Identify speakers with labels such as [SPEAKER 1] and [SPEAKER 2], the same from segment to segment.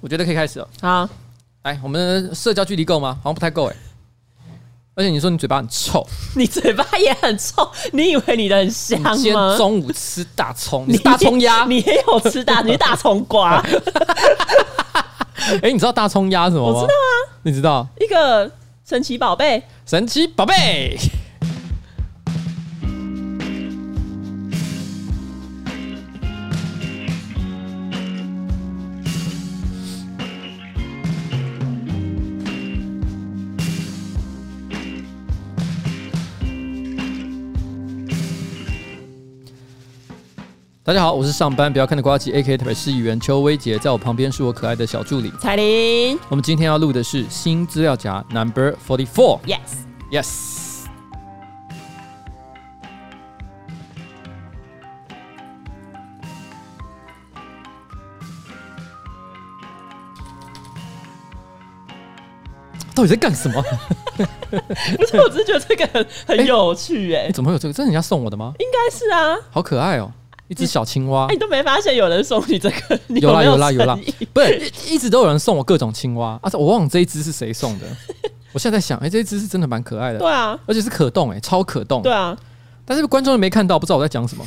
[SPEAKER 1] 我觉得可以开始了。哦
[SPEAKER 2] 好，
[SPEAKER 1] 来，我们的社交距离够吗？好像不太够哎。而且你说你嘴巴很臭，
[SPEAKER 2] 你嘴巴也很臭，你以为你的很香
[SPEAKER 1] 你今天
[SPEAKER 2] 吗？
[SPEAKER 1] 中午吃大葱，你是大葱鸭。
[SPEAKER 2] 你也有 吃大，你是大葱瓜，
[SPEAKER 1] 哎、你知道大葱鸭是什么吗？
[SPEAKER 2] 我知道
[SPEAKER 1] 啊。你知道？
[SPEAKER 2] 一个神奇宝贝。
[SPEAKER 1] 神奇宝贝。大家好，我是上班不要看的瓜吉 A K 台北市议员邱威杰，在我旁边是我可爱的小助理。
[SPEAKER 2] 彩铃
[SPEAKER 1] 我们今天要录的是新资料夹 Number Forty Four。
[SPEAKER 2] ，yes，
[SPEAKER 1] Yes。到底在干什 么？
[SPEAKER 2] 不是，我只是觉得这个很很有趣哎、
[SPEAKER 1] 哎、怎么会有这个？这是人家送我的吗？
[SPEAKER 2] 应该是啊，
[SPEAKER 1] 好可爱哦、一只小青蛙
[SPEAKER 2] 哎、。你都没发现有人送你 这个，你
[SPEAKER 1] 有啦
[SPEAKER 2] 没有
[SPEAKER 1] 有啦有啦
[SPEAKER 2] 诚意，
[SPEAKER 1] 不是一直都有人送我各种青蛙啊！我忘了这一只是谁送的。我现在在想，哎、这一只是真的蛮可爱的，
[SPEAKER 2] 对啊，
[SPEAKER 1] 而且是可动哎、超可动。
[SPEAKER 2] 对啊，
[SPEAKER 1] 但是观众又没看到，不知道我在讲什么。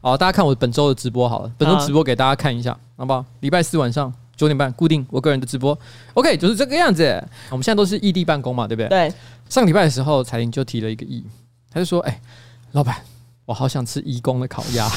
[SPEAKER 1] 好，大家看我本周的直播好
[SPEAKER 2] 啊
[SPEAKER 1] 了，本周直播给大家看一下，好不好？礼拜四晚上九点半固定我个人的直播，OK，就是这个样子。我们现在都是异地办公嘛，对不对？
[SPEAKER 2] 对，啊
[SPEAKER 1] 上礼拜的时候，彩玲就提了一个异，她就说：“哎、老板，我好想吃义工的烤鸭，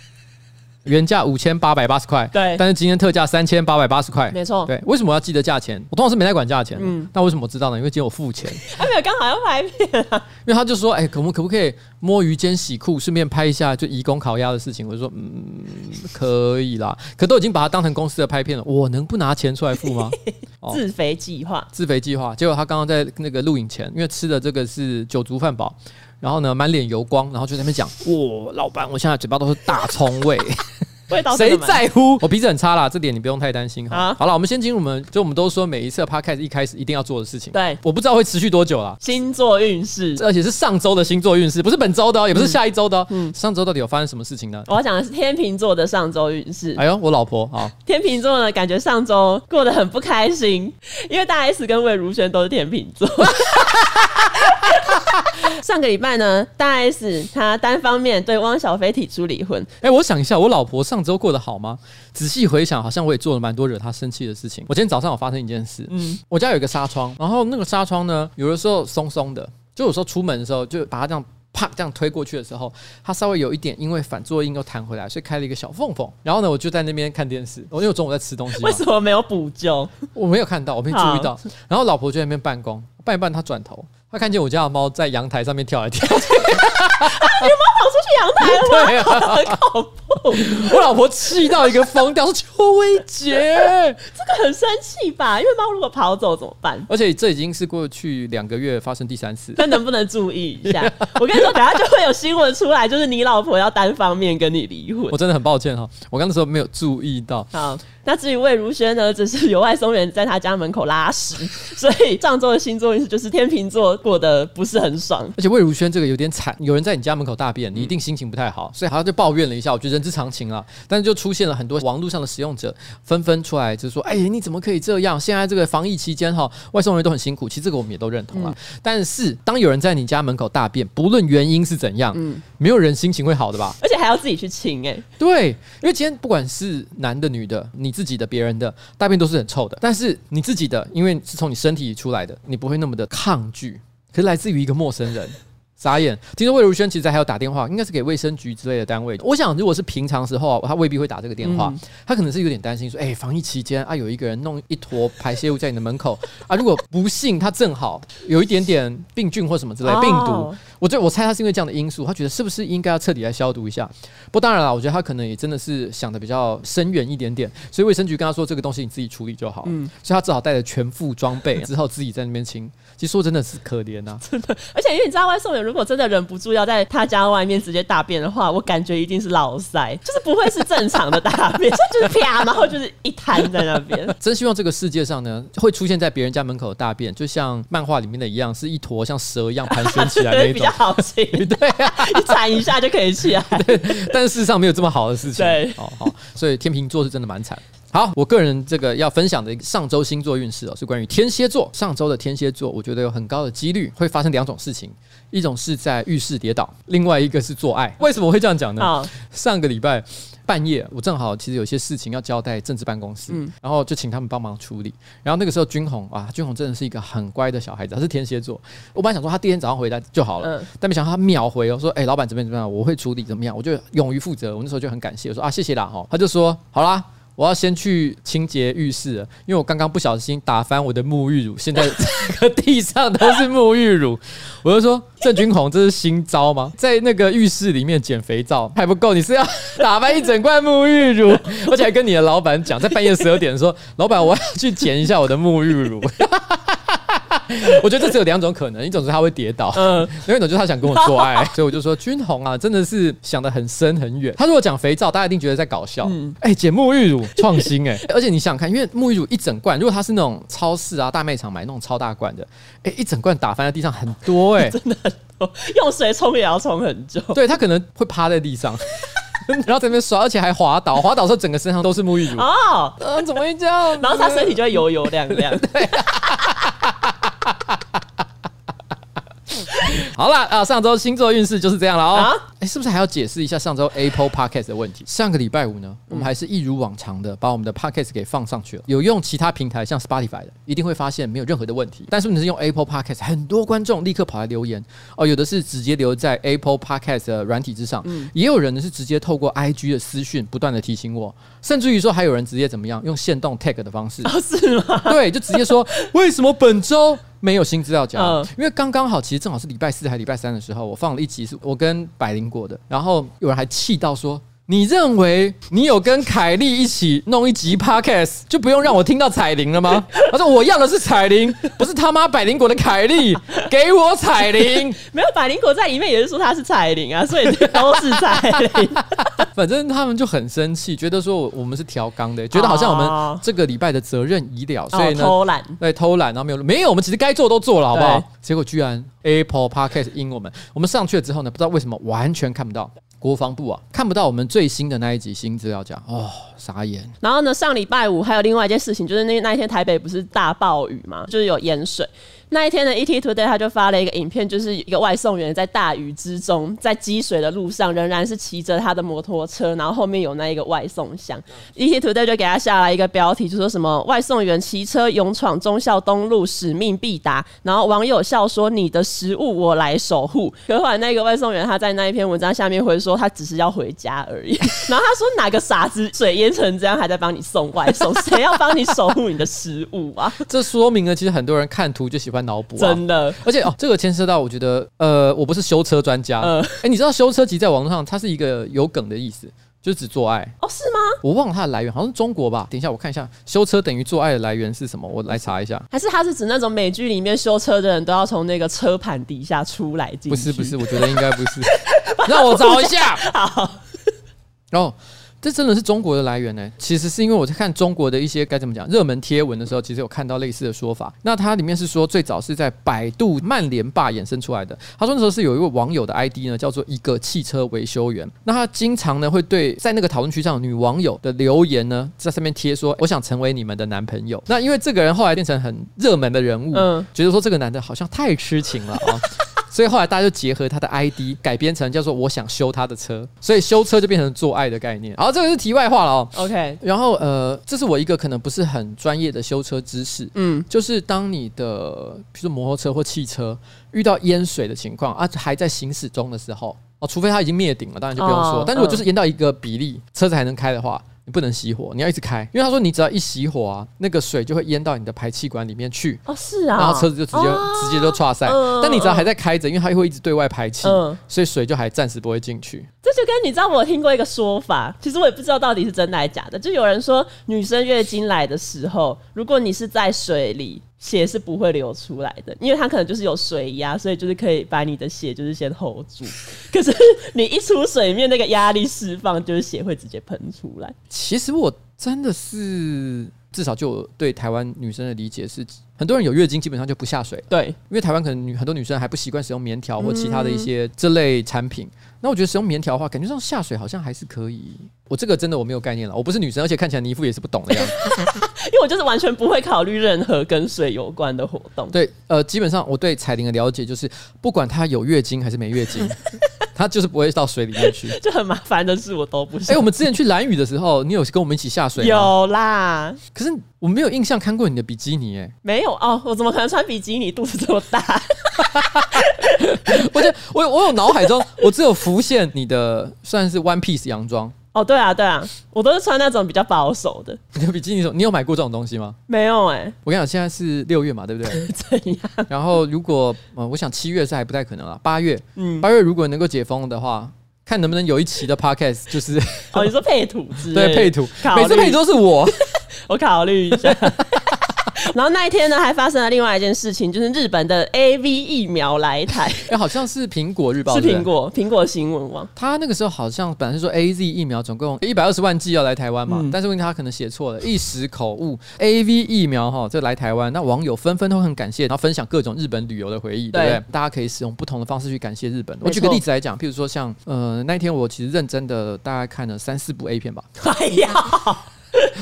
[SPEAKER 1] 原价五千八百八十块，
[SPEAKER 2] 对
[SPEAKER 1] 但是今天特价三千八百八十块，
[SPEAKER 2] 没错
[SPEAKER 1] 对，为什么我要记得价钱？我通常是没在管价钱，嗯
[SPEAKER 2] 嗯，
[SPEAKER 1] 那为什么我知道呢？因为今天我付钱。”
[SPEAKER 2] 啊没有，刚好要拍片 啊，
[SPEAKER 1] 因为他就说，哎、可我们可不可以摸鱼兼洗裤，顺便拍一下就移工烤鸭的事情？我就说，嗯，可以啦。可都已经把它当成公司的拍片了，我能不拿钱出来 付吗？哦
[SPEAKER 2] 自肥计划，
[SPEAKER 1] 自肥计划。结果他刚刚在那个录影前，因为吃的这个是酒足饭饱，然后呢满脸油光，然后就在那边讲，哇、老板，我现在嘴巴都是大葱 味，
[SPEAKER 2] 味道哦真
[SPEAKER 1] 谁
[SPEAKER 2] 的蛮
[SPEAKER 1] 在乎？我鼻子很差啦，这点你不用太担心哈
[SPEAKER 2] 啊。
[SPEAKER 1] 好了，我们先进入我们就我们都说每一次的 podcast 一开始一定要做的事情，
[SPEAKER 2] 对
[SPEAKER 1] 我不知道会持续多久啦。
[SPEAKER 2] 星座运势？
[SPEAKER 1] 而且是上周的星座运势，不是本周的、哦，也不是下一周的、哦。上周到底有发生什么事情呢？
[SPEAKER 2] 我要讲的是天秤座的上周运势。
[SPEAKER 1] 哎呦，我老婆好，
[SPEAKER 2] 天秤座呢，感觉上周过得很不开心，因为大 S 跟魏如萱都是天秤座。 上个礼拜呢，大 S 她单方面对汪小菲提出离婚，
[SPEAKER 1] 哎、我想一下，我老婆上周过得好吗？仔细回想，好像我也做了蛮多惹她生气的事情。我今天早上有发生一件事，嗯，我家有一个纱窗，然后那个纱窗呢，有的时候松松的，就有时候出门的时候就把它这样。啪！这样推过去的时候，它稍微有一点因为反作用又弹回来，所以开了一个小缝缝。然后呢，我就在那边看电视，我因为我中午在吃东西嘛
[SPEAKER 2] 为，什么没有补救？
[SPEAKER 1] 我没有看到，我没注意到。然后老婆就在那边办公，办一办，她转头，她看见我家的猫在阳台上面跳来跳去。
[SPEAKER 2] 跑出去阳
[SPEAKER 1] 对啊，
[SPEAKER 2] 台 了，很恐怖，
[SPEAKER 1] 我老婆气到一个疯掉，说：“邱威杰。
[SPEAKER 2] 这个很生气吧？因为猫如果跑走怎么办”？
[SPEAKER 1] 而且这已经是过去两个月发生第三次。
[SPEAKER 2] 那能不能注意一下？我跟你说，等下就会有新闻出来，就是你老婆要单方面跟你离婚
[SPEAKER 1] 我。真的很抱歉哈，我刚那时候没有注意到。
[SPEAKER 2] 好，那至于魏如萱呢，只是有外松人在她家门口拉屎，所以上周的星座运势就是天秤座过得不是很爽。
[SPEAKER 1] 而且魏如萱这个有点惨，有人在你家门口大便，你一定心情不太好，所以好像就抱怨了一下，我觉得人之常情啊。但是就出现了很多网络上的使用者纷纷出来，就说：“哎、你怎么可以这样？现在这个防疫期间哈，外送人员都很辛苦。”其实这个我们也都认同啊。但是当有人在你家门口大便，不论原因是怎样，没有人心情会好的吧？
[SPEAKER 2] 而且还要自己去清哎、
[SPEAKER 1] 对，因为今天不管是男的、女的，你自己的、别人的，大便都是很臭的。但是你自己的，因为是从你身体里出来的，你不会那么的抗拒。可是来自于一个陌生人，傻眼。听说魏如萱其实还有打电话，应该是给卫生局之类的单位。我想，如果是平常时候啊，他未必会打这个电话，他可能是有点担心说，哎、防疫期间啊，有一个人弄一坨排泄物在你的门口啊，如果不幸他正好有一点点病菌或什么之类
[SPEAKER 2] 哦
[SPEAKER 1] 病毒，我这我猜他是因为这样的因素，他觉得是不是应该要彻底来消毒一下？不，当然了，我觉得他可能也真的是想的比较深远一点点，所以卫生局跟他说这个东西你自己处理就好，
[SPEAKER 2] 嗯
[SPEAKER 1] 所以他只好带着全副装备，只好自己在那边清。其实说真的是可怜啊呐、
[SPEAKER 2] 而且因为你知道外送员如果真的忍不住要在他家外面直接大便的话，我感觉一定是老塞，就是不会是正常的大便，就就是啪，然后就是一滩在那边。
[SPEAKER 1] 真希望这个世界上呢，会出现在别人家门口的大便，就像漫画里面的一样，是一坨像蛇一样盘旋起来那
[SPEAKER 2] 对，
[SPEAKER 1] 一
[SPEAKER 2] 比
[SPEAKER 1] 种
[SPEAKER 2] 较。好清，
[SPEAKER 1] 对啊，
[SPEAKER 2] 一铲一下就可以起来。
[SPEAKER 1] 但是世上没有这么好的事情。
[SPEAKER 2] 对
[SPEAKER 1] 哦好，所以天秤座是真的蛮惨。好，我个人这个要分享的上周星座运势哦，是关于天蝎座。上周的天蝎座，我觉得有很高的几率会发生两种事情，一种是在浴室跌倒，另外一个是做爱。为什么我会这样讲呢？
[SPEAKER 2] 好，
[SPEAKER 1] 上个礼拜半夜，我正好其实有些事情要交代政治办公室，然后就请他们帮忙处理。然后那个时候君红啊，君红真的是一个很乖的小孩子，他是天蝎座。我本来想说他第一天早上回来就好了，
[SPEAKER 2] 嗯
[SPEAKER 1] 但没想到他秒回哦，说：“哎、老板怎么样怎么样，我会处理怎么样，我就勇于负责。”我那时候就很感谢，我说：“啊，谢谢啦。”哈，他就说：“好啦。”我要先去清洁浴室了，因为我刚刚不小心打翻我的沐浴乳，现在整个地上都是沐浴乳。我就说郑君红这是新招吗？在那个浴室里面捡肥皂还不够，你是要打翻一整罐沐浴乳， 而且还跟你的老板讲，在半夜十二点说，老板我要去捡一下我的沐浴乳。 我觉得这只有两种可能，一种是他会跌倒，
[SPEAKER 2] 嗯，
[SPEAKER 1] 另外一种就是他想跟我做爱，所以我就说君红啊，真的是想得很深很远。他如果讲肥皂，大家一定觉得在搞笑。哎、捡沐浴乳创新哎、而且你想想看，因为沐浴乳一整罐，如果它是那种超市啊大卖场买那种超大罐的，哎、一整罐打翻在地上很多哎、
[SPEAKER 2] 用水冲也要冲很久。
[SPEAKER 1] 对他可能会趴在地上。 然后在那边刷，而且还滑倒，滑倒的时候整个身上都是沐浴乳。
[SPEAKER 2] 哦，
[SPEAKER 1] 嗯、怎么会这样？
[SPEAKER 2] 然后他身体就会油油亮 亮。
[SPEAKER 1] 好啦，啊，上周星座运势就是这样了哦。哎、
[SPEAKER 2] 啊
[SPEAKER 1] 是不是还要解释一下上周 Apple Podcast 的问题？上个礼拜五呢，我们还是一如往常的把我们的 Podcast 给放上去了。有用其他平台像 Spotify 的，一定会发现没有任何的问题。但是你是用 Apple Podcast，很多观众立刻跑来留言哦，有的是直接留在 Apple Podcast 的软体之上，也有人呢是直接透过 IG 的私讯不断的提醒我，甚至于说还有人直接怎么样用限动 tag 的方式，
[SPEAKER 2] 哦，是 吗？
[SPEAKER 1] 对，就直接说为什么本周没有新资料夹？
[SPEAKER 2] 嗯
[SPEAKER 1] 因为刚刚好，其实正好是礼拜四还礼拜三的时候，我放了一集是我跟百灵果的，然后有人还气到说。你认为你有跟凯莉一起弄一集 podcast 就不用让我听到彩铃了吗？他说我要的是彩铃，不是他妈百灵果的凯莉，给我彩 铃。
[SPEAKER 2] 没有，百灵果在里面也是说他是彩铃啊，所以都 是彩铃。
[SPEAKER 1] 反正他们就很生气，觉得说我我们是调纲的，觉得好像我
[SPEAKER 2] 哦
[SPEAKER 1] 们这个礼拜的责任已了，所以
[SPEAKER 2] 哦，
[SPEAKER 1] 呢，
[SPEAKER 2] 偷懒。
[SPEAKER 1] 对，偷懒，然后没有录没有，我们其实该做都做了，好不好
[SPEAKER 2] 对？
[SPEAKER 1] 结果居然 Apple Podcast 阴我们，我们上去了之后呢，不知道为什么完全看不到国防部啊，看不到我们最新的那一集新资料夹，哦，傻眼。
[SPEAKER 2] 然后呢，上礼拜五还有另外一件事情，就是那那一天台北不是大暴雨嘛，就是有淹水。那一天的 ET Today 他就发了一个影片，就是一个外送员在大雨之中，在积水的路上，仍然是骑着他的摩托车，然后后面有那一个外送箱。ET E Today 就给他下来一个标题，就说什么“外送员骑车勇闯忠孝东路，使命必达”。然后网友笑说：“你的食物我来守护。”可后来那个外送员他在那一篇文章下面回说，他只是要回家而已。 然后他说：“哪个傻子水淹成这样，还在帮你送外 送？谁要帮你守护你的食物啊？
[SPEAKER 1] 这说明呢，其实很多人看图就喜欢脑补、啊，
[SPEAKER 2] 真的。”
[SPEAKER 1] 而且哦，这个牵涉到我觉得，呃，我不是修车专家，哎、
[SPEAKER 2] 嗯
[SPEAKER 1] 你知道修车其实在网络上它是一个有梗的意思，就是只做爱。
[SPEAKER 2] 哦，是吗？
[SPEAKER 1] 我忘了它的来源，好像是中国吧？等一下我看一下，修车等于做爱的来源是什么？我来查一下。
[SPEAKER 2] 还是他是指那种美剧里面修车的人都要从那个车盘底下出来进去？
[SPEAKER 1] 不是不是，，我觉得应该不是。 让我找一 下。哦，这真的是中国的来源呢、欸其实是因为我在看中国的一些该怎么讲热门贴文的时候，其实有看到类似的说法。那它里面是说，最早是在百度曼联霸衍生出来的。他说那时候是有一位网友的 ID 呢，叫做一个汽车维修员。那他经常呢会对在那个讨论区上的女网友的留言呢，在上面贴说：“我想成为你们的男朋友。”那因为这个人后来变成很热门的人物，
[SPEAKER 2] 嗯
[SPEAKER 1] 觉得说这个男的好像太痴情了啊、 所以后来大家就结合他的 ID 改编成叫做“我想修他的车”，所以修车就变成做爱的概念。好，这个是题外话了哦。
[SPEAKER 2] OK，
[SPEAKER 1] 然后呃，这是我一个可能不是很专业的修车知识，
[SPEAKER 2] 嗯，
[SPEAKER 1] 就是当你的比如说摩托车或汽车遇到淹水的情况啊，还在行驶中的时候哦，除非它已经灭顶了，当然就不用说。
[SPEAKER 2] 哦
[SPEAKER 1] 但如果就是淹到一个比例，车子还能开的话。你不能熄火，你要一直开，因为他说你只要一熄火啊，那个水就会淹到你的排气管里面去，
[SPEAKER 2] 哦是啊，
[SPEAKER 1] 然后车子就直接、
[SPEAKER 2] 哦
[SPEAKER 1] 直接就岔塞。
[SPEAKER 2] 嗯
[SPEAKER 1] 但你只要还在开着，因为它会一直对外排气，
[SPEAKER 2] 嗯
[SPEAKER 1] 所以水就还暂时不会进去。
[SPEAKER 2] 这就跟你知道，我有听过一个说法，其实我也不知道到底是真的还是假的。就有人说，女生月经来的时候，如果你是在水里，血是不会流出来的，因为它可能就是有水压，所以就是可以把你的血就是先 hold 住。可是你一出水面，那个压力释放，就是血会直接喷出来。
[SPEAKER 1] 其实我真的是至少就我对台湾女生的理解是，很多人有月经基本上就不下水了，
[SPEAKER 2] 对，
[SPEAKER 1] 因为台湾可能女很多女生还不习惯使用棉条或其
[SPEAKER 2] 嗯
[SPEAKER 1] 他的一些这类产品。那我觉得使用棉条的话，感觉上下水好像还是可以。我这个真的我没有概念了，我不是女生，而且看起来你一副也是不懂的 样子。
[SPEAKER 2] 因为我就是完全不会考虑任何跟水有关的活动。
[SPEAKER 1] 对，呃，基本上我对彩铃的了解就是，不管她有月经还是没月 经，她就是不会到水里面去。
[SPEAKER 2] 就很麻烦的事我都不
[SPEAKER 1] 哎、
[SPEAKER 2] 是。
[SPEAKER 1] 我们之前去蓝雨的时候，你有跟我们一起下水吗？
[SPEAKER 2] 有啦，
[SPEAKER 1] 可是我没有印象看过你的比基尼、欸，
[SPEAKER 2] 没有哦，我怎么可能穿比基尼？肚子这么大，
[SPEAKER 1] 我觉得我有我有脑海中，我只有浮现你的算是 One Piece 洋装，
[SPEAKER 2] 哦，对啊，对啊，我都是穿那种比较保守的。
[SPEAKER 1] 你的比基尼手，你有买过这种东西吗？
[SPEAKER 2] 没有 哎、
[SPEAKER 1] 我跟你讲，现在是六月嘛，对不对？
[SPEAKER 2] 怎样？
[SPEAKER 1] 然后如果呃，我想七月是还不太可能了，八月，
[SPEAKER 2] 嗯，
[SPEAKER 1] 八月如果能够解封的话，看能不能有一期的 Podcast 就是
[SPEAKER 2] 哦，你说配图之类
[SPEAKER 1] 对
[SPEAKER 2] 的
[SPEAKER 1] 配图，
[SPEAKER 2] 考虑
[SPEAKER 1] 每次配图都是我，
[SPEAKER 2] 我考虑一下。 然后那一天呢，还发生了另外一件事情，就是日本的 A V 疫苗来台，是
[SPEAKER 1] 哎、好像是苹果日报，对不对
[SPEAKER 2] 苹。果苹果新 闻网。
[SPEAKER 1] 他那个时候好像本来是说 A Z 疫苗总共一百二十万剂要来台湾嘛，
[SPEAKER 2] 嗯
[SPEAKER 1] 但是问题他可能写错了，一时口误。A V 疫苗哈，这来台湾，那网友纷纷都很感谢，然后分享各种日本旅游的回忆，对
[SPEAKER 2] 对
[SPEAKER 1] 不对？大家可以使用不同的方式去感谢日本。
[SPEAKER 2] 错
[SPEAKER 1] 我举个例子来讲，譬如说像呃那一天我其实认真的大概看了三四部 A 片吧，
[SPEAKER 2] 哎呀，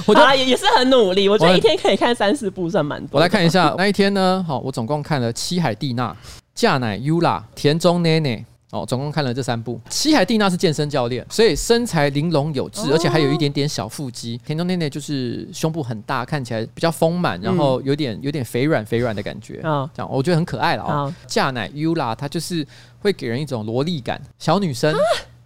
[SPEAKER 1] 我就
[SPEAKER 2] 好啦也也是很努力，我觉得
[SPEAKER 1] 我
[SPEAKER 2] 一天可以看三四部，算蛮多的。
[SPEAKER 1] 我来看一下那一天呢，好，我总共看了七海蒂娜、架乃优拉、田中奈奈。哦，总共看了这三部。七海蒂娜是健身教练，所以身材玲珑有致，
[SPEAKER 2] 哦
[SPEAKER 1] 而且还有一点点小腹肌。田中奈奈就是胸部很大，看起来比较丰满，然后有点有点肥软肥软的感觉，
[SPEAKER 2] 哦
[SPEAKER 1] 这样我觉得很可爱了哦
[SPEAKER 2] 好。
[SPEAKER 1] 架乃优拉她就是会给人一种萝莉感，小女生，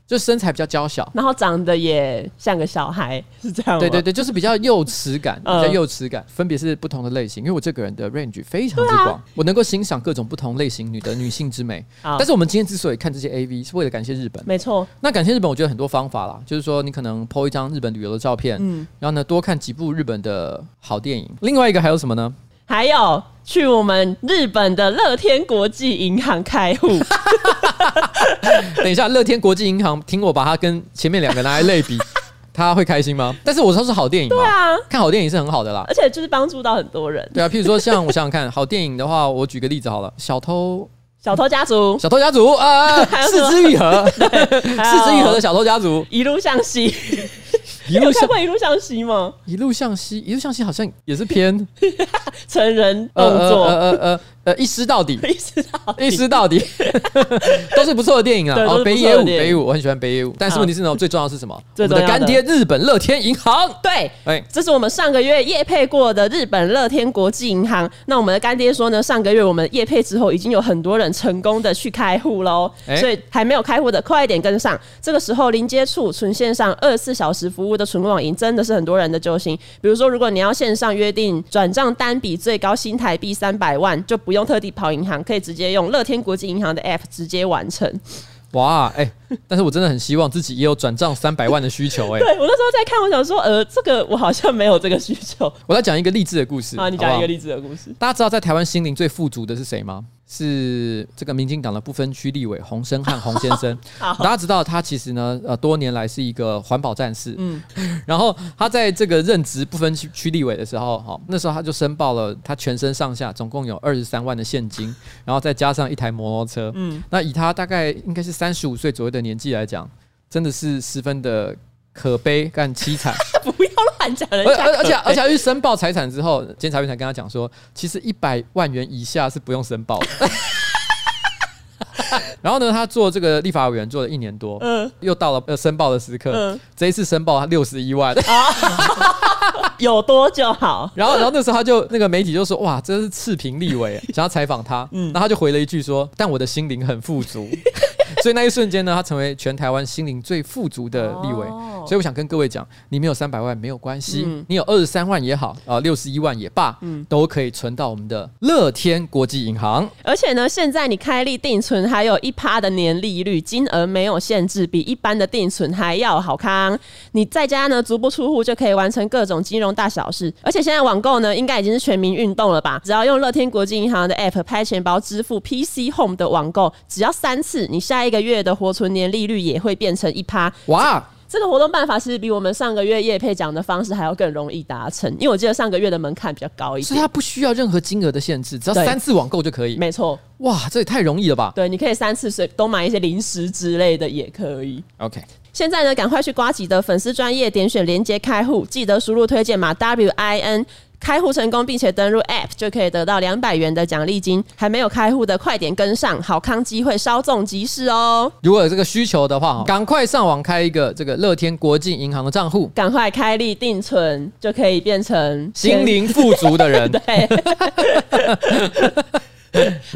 [SPEAKER 1] 就身材比较娇小，
[SPEAKER 2] 然后长得也像个小孩，是这样吗？
[SPEAKER 1] 对对对，就是比较幼齿感，比
[SPEAKER 2] 嗯
[SPEAKER 1] 较幼齿感，分别是不同的类型。因为我这个人的 range 非常之
[SPEAKER 2] 啊
[SPEAKER 1] 广，我能够欣赏各种不同类型女的女性之 美。
[SPEAKER 2] 好
[SPEAKER 1] 但是我们今天之所以看这些 AV，是为了感谢日本。
[SPEAKER 2] 没错，
[SPEAKER 1] 那感谢日本，我觉得很多方法啦，就是说你可能 PO 一张日本旅游的照片，
[SPEAKER 2] 嗯
[SPEAKER 1] 然后呢多看几部日本的好电影。另外一个还有什么呢？
[SPEAKER 2] 还有去我们日本的乐天国际银行开户，
[SPEAKER 1] 等一下，乐天国际银行，听我把它跟前面两个拿来类比，他会开心吗？但是我说是好电影嘛，
[SPEAKER 2] 对啊，
[SPEAKER 1] 看好电影是很好的啦。
[SPEAKER 2] 而且就是帮助到很多人。
[SPEAKER 1] 对啊，譬如说像我想想看，好电影的话，我举个例子好了，《小偷
[SPEAKER 2] 小偷家族
[SPEAKER 1] 小偷家族啊，啊
[SPEAKER 2] 还有什
[SPEAKER 1] 四
[SPEAKER 2] 么
[SPEAKER 1] 肢愈合，
[SPEAKER 2] 还有
[SPEAKER 1] 四肢愈合的小偷家族，
[SPEAKER 2] 一路向西，
[SPEAKER 1] 一
[SPEAKER 2] 你
[SPEAKER 1] 路
[SPEAKER 2] 有 看
[SPEAKER 1] 向
[SPEAKER 2] 过一路向西吗？
[SPEAKER 1] 一路向西，一路向西好像也是偏
[SPEAKER 2] 成人
[SPEAKER 1] 呃
[SPEAKER 2] 动
[SPEAKER 1] 呃
[SPEAKER 2] 作，
[SPEAKER 1] 呃呃呃呃一尸到 底，
[SPEAKER 2] 意识到
[SPEAKER 1] 一尸到底 都是不错的电影啊。
[SPEAKER 2] 对都
[SPEAKER 1] 哦，
[SPEAKER 2] 是
[SPEAKER 1] 北
[SPEAKER 2] 不错
[SPEAKER 1] 野
[SPEAKER 2] 的
[SPEAKER 1] 武，
[SPEAKER 2] 电影
[SPEAKER 1] 北野武，我很喜欢北野武，但是问题是呢，最重要的是什么？我
[SPEAKER 2] 最
[SPEAKER 1] 们
[SPEAKER 2] 重
[SPEAKER 1] 的
[SPEAKER 2] 要的
[SPEAKER 1] 干爹日本乐天银行，
[SPEAKER 2] 对。
[SPEAKER 1] 哎，
[SPEAKER 2] 这是我们上个月业配过的日本乐天国际银行。那我们的干爹说呢，上个月我们业配之后，已经有很多人成功的去开户喽，
[SPEAKER 1] 哎
[SPEAKER 2] 所以还没有开户的快一点跟上。这个时候零接触纯线上二十四小时服务的纯网银真的是很多人的救星。比如说，如果你要线上约定转账单笔最高新台币三百万，就不用特地跑银行，可以直接用乐天国际银行的 app 直接完成。
[SPEAKER 1] 哇，哎，但是我真的很希望自己也有转账三百万的需 求，哎，
[SPEAKER 2] 对我那时候在看，我想说，呃，这个我好像没有这个需求。
[SPEAKER 1] 我来讲一个励志的故事，
[SPEAKER 2] 好，你讲一
[SPEAKER 1] 好不
[SPEAKER 2] 个
[SPEAKER 1] 好
[SPEAKER 2] 例子的故事。
[SPEAKER 1] 大家知道在台湾心灵最富足的是谁吗？是这个民进党的不分区立委洪生汉洪先 生。大家知道他其实呢，呃，多年来是一个环保战士。嗯， 然后他在这个任职不分区区立委的时候，哈、那时候他就申报了他全身上下总共有二十三万的现金， 然后再加上一台摩托车。嗯，那以他大概应该是三十五岁左右的年纪来讲，真的是十分的可悲但凄惨。
[SPEAKER 2] 不要乱讲人
[SPEAKER 1] 而
[SPEAKER 2] 家可悲。
[SPEAKER 1] 而而且而且他去申报财产之后，监察院才跟他讲说，其实一百万元以下是不用申报的。 然后呢，他做这个立法委员做了一年多，
[SPEAKER 2] 嗯
[SPEAKER 1] 又到了呃申报的时刻，
[SPEAKER 2] 嗯
[SPEAKER 1] 这一次申报他六十一万。
[SPEAKER 2] 有多就好。
[SPEAKER 1] 然后，然后那时候他就那个媒体就说：“哇，真是赤贫立委，想要采访他。”嗯，然后他就回了一句说：“但我的心灵很富足。” 所以那一瞬间呢，他成为全台湾心灵最富足的立委。
[SPEAKER 2] 哦
[SPEAKER 1] 所以我想跟各位讲，你没有三百万没有关系，
[SPEAKER 2] 嗯
[SPEAKER 1] 你有二十三万也好，啊六十一万也罢，都可以存到我们的乐天国际银行。
[SPEAKER 2] 而且呢，现在你开立定存还有一趴的年利率，金额没有限制，比一般的定存还要好康。你在家呢足不出户就可以完成各种金融大小事。而且现在网购呢，应该已经是全民运动了吧？只要用乐天国际银行的 App 拍钱包支付 PC Home 的网购，只要三次，你下一个月的活存年利率也会变成一趴。
[SPEAKER 1] 哇，
[SPEAKER 2] 这个活动办法其实比我们上个月叶配讲的方式还要更容易达成，因为我记得上个月的门槛比较高一
[SPEAKER 1] 所以
[SPEAKER 2] 点。
[SPEAKER 1] 它不需要任何金额的限制，只要
[SPEAKER 2] 对
[SPEAKER 1] 三次网购就可以。
[SPEAKER 2] 没错，
[SPEAKER 1] 哇，这也太容易了吧
[SPEAKER 2] 对，你可以三次随都买一些零食之类的也可以。
[SPEAKER 1] ！OK，
[SPEAKER 2] 现在呢，赶快去瓜吉的粉丝专业点选连接开户，记得输入推荐码 W I N。开户成功并且登入 App 就可以得到两百元的奖励金，还没有开户的快点跟上，好康机会稍纵即逝哦！
[SPEAKER 1] 如果有这个需求的话，赶快上网开一个这个乐天国际银行的账户，
[SPEAKER 2] 赶快开立定存，就可以变成
[SPEAKER 1] 心灵富足的 人。
[SPEAKER 2] 对。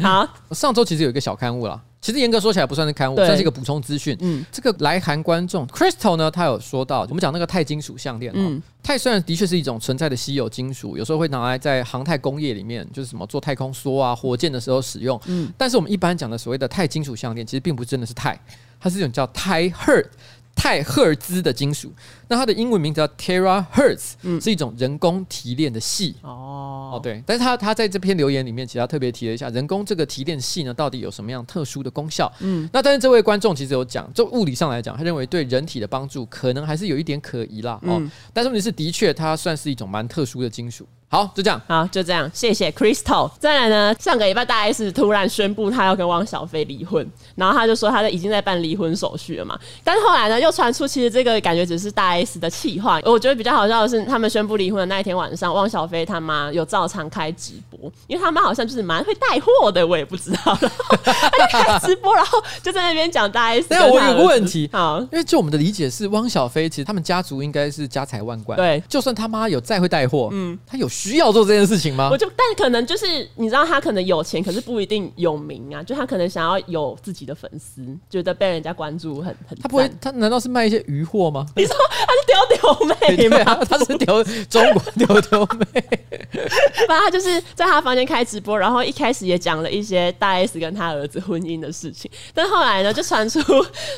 [SPEAKER 2] 好，
[SPEAKER 1] 上周其实有一个小刊物啦，其实严格说起来不算是刊物，
[SPEAKER 2] 对
[SPEAKER 1] 算是一个补充资讯。
[SPEAKER 2] 嗯
[SPEAKER 1] 嗯，这个来韩观众 Crystal 呢，他有说到，我们讲那个钛金属项链、哦，
[SPEAKER 2] 嗯
[SPEAKER 1] 钛虽然的确是一种存在的稀有金属，有时候会拿来在航太工业里面，就是什么做太空梭啊、火箭的时候使用。
[SPEAKER 2] 嗯
[SPEAKER 1] 嗯，但是我们一般讲的所谓啊的钛金属项链，其实并不真的是钛，它是一种叫钛赫。钛赫兹的金属，那它的英文名字叫 tera hertz，、是一种人工提炼的系哦，
[SPEAKER 2] 哦，
[SPEAKER 1] 对，但是他他在这篇留言里面，其实他特别提了一下人工这个提炼系呢，到底有什么样特殊的功效？
[SPEAKER 2] 嗯
[SPEAKER 1] 嗯，那但是这位观众其实有讲，就物理上来讲，他认为对人体的帮助可能还是有一点可疑啦。哦，
[SPEAKER 2] 嗯
[SPEAKER 1] 但是问题是，的确它算是一种蛮特殊的金属。好，就这样。
[SPEAKER 2] 好，就这样，谢谢 Crystal。再来呢，上个礼拜大 S 突然宣布她要跟汪小菲离婚，然后她就说她已经在办离婚手续了嘛。但是后来呢，又传出其实这个感觉只是大 S 的气话。我觉得比较好笑的是，他们宣布离婚的那一天晚上，汪小菲他妈有照常开直播，因为他妈好像就是蛮会带货的，我也不知 道 了。他就开直播，然后就在那边讲大 S 跟
[SPEAKER 1] 等
[SPEAKER 2] 她
[SPEAKER 1] 一
[SPEAKER 2] 儿
[SPEAKER 1] 下我
[SPEAKER 2] 子。
[SPEAKER 1] 有个问题
[SPEAKER 2] 好，
[SPEAKER 1] 因为就我们的理解是，汪小菲其实他们家族应该是家财万贯，
[SPEAKER 2] 对
[SPEAKER 1] 就算他妈有再会带货，嗯，他有需要做这件事情吗
[SPEAKER 2] 我？就但可能就是你知道他可能有钱，可是不一定有名啊，就他可能想要有自己的粉丝，觉得被人家关注很很赞。
[SPEAKER 1] 他不会，他难道是卖一些鱼货吗？
[SPEAKER 2] 你说他是丢丢 妹
[SPEAKER 1] 对
[SPEAKER 2] 吗？
[SPEAKER 1] 啊，他是丢中国丢丢妹。
[SPEAKER 2] 反正他就是在他房间开直播，然后一开始也讲了一些大 S 跟他儿子婚姻的事情，但后来呢，就传出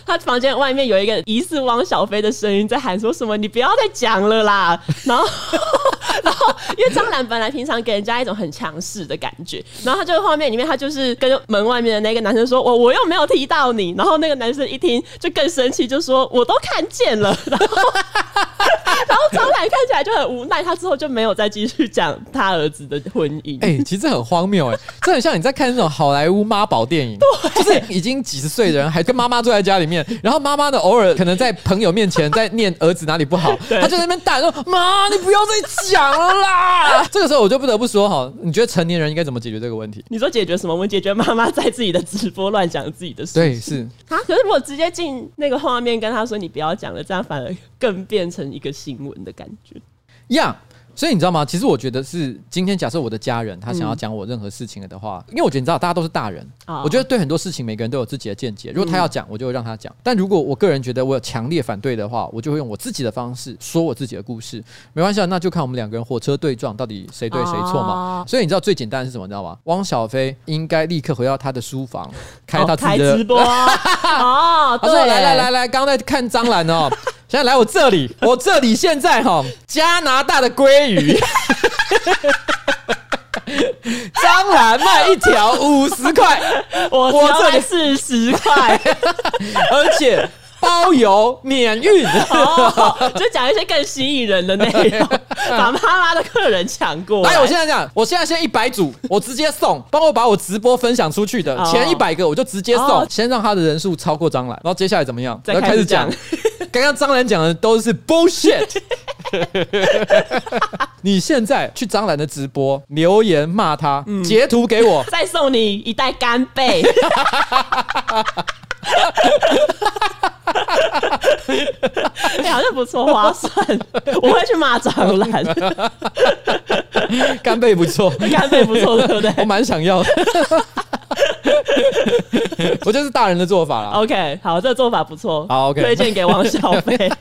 [SPEAKER 2] 他房间外面有一个疑似汪小菲的声音在喊说什么“你不要再讲了啦”， 然后。然后，因为张兰本来平常给人家一种很强势的感觉，然后他就画面里面，他就是跟门外面的那个男生说：“我我又没有提到你。”然后那个男生一听就更生气，就说：“我都看见了。”然后 然后张兰看起来就很无奈，他之后就没有再继续讲他儿子的婚姻。
[SPEAKER 1] 哎、其实很荒谬哎、这很像你在看那种好莱坞妈宝电影，就是已经几十岁的人还跟妈妈坐在家里面，然后妈妈呢偶尔可能在朋友面前在念儿子哪里不好，他就在那边大说：“妈，你不要再讲了啦！” 这个时候我就不得不说哈，你觉得成年人应该怎么解决这个问题？
[SPEAKER 2] 你说解决什么问题？解决妈妈在自己的直播乱讲自己的事。
[SPEAKER 1] 对，是
[SPEAKER 2] 啊，可是我直接进那个画面跟他说你不要讲了，这样反而更变成一个新闻的感觉。
[SPEAKER 1] 呀。所以你知道吗？其实我觉得是今天，假设我的家人他想要讲我任何事情了的话，
[SPEAKER 2] 嗯
[SPEAKER 1] 因为我觉得你知道大家都是大人，
[SPEAKER 2] 啊
[SPEAKER 1] 我觉得对很多事情每个人都有自己的见
[SPEAKER 2] 嗯
[SPEAKER 1] 解。如果他要讲，我就会让他讲；但如果我个人觉得我有强烈反对的话，我就会用我自己的方式说我自己的故事。没关系，啊，那就看我们两个人火车对撞，到底谁对谁错嘛
[SPEAKER 2] 哦。
[SPEAKER 1] 所以你知道最简单的是什么？你知道吗？汪小菲应该立刻回到他的书房，开
[SPEAKER 2] 哦
[SPEAKER 1] 他自
[SPEAKER 2] 开
[SPEAKER 1] 己的
[SPEAKER 2] 直播哦，
[SPEAKER 1] 他
[SPEAKER 2] 对，
[SPEAKER 1] 说：“来来来，来，刚刚在看蟑螂哦， 现在来我这里，我这里现在哈、加拿大的鲑鱼， 蟑螂卖一条五十块，
[SPEAKER 2] 我
[SPEAKER 1] 我
[SPEAKER 2] 我
[SPEAKER 1] 这
[SPEAKER 2] 这
[SPEAKER 1] 里
[SPEAKER 2] 里四十块，
[SPEAKER 1] 而且包邮免运。
[SPEAKER 2] 哦，就讲一些更吸引人的内 容，把妈妈的客人抢过
[SPEAKER 1] 哎来，我现在这样，我现在先一百 组，我直接送，帮我把我直播分享出去的
[SPEAKER 2] 哦
[SPEAKER 1] 前一百个，我就直接
[SPEAKER 2] 哦
[SPEAKER 1] 送，先让他的人数超过蟑螂，然后接下来怎么样？
[SPEAKER 2] 再
[SPEAKER 1] 然后
[SPEAKER 2] 开
[SPEAKER 1] 开
[SPEAKER 2] 始
[SPEAKER 1] 始讲。刚刚蟑螂讲的都是 bullshit。你现在去蟑螂的直播留言骂他，
[SPEAKER 2] 嗯
[SPEAKER 1] 截图给我，
[SPEAKER 2] 再送你一袋干 贝。哎、好像不错，划算。我会去骂蟑 螂，
[SPEAKER 1] 干贝不错，
[SPEAKER 2] 干贝不错，对不
[SPEAKER 1] 我
[SPEAKER 2] 对
[SPEAKER 1] 蛮想 要的。我就是大人的做法啦。
[SPEAKER 2] ？OK，好，这个做法不错。
[SPEAKER 1] 好，OK
[SPEAKER 2] 推荐给王小飞。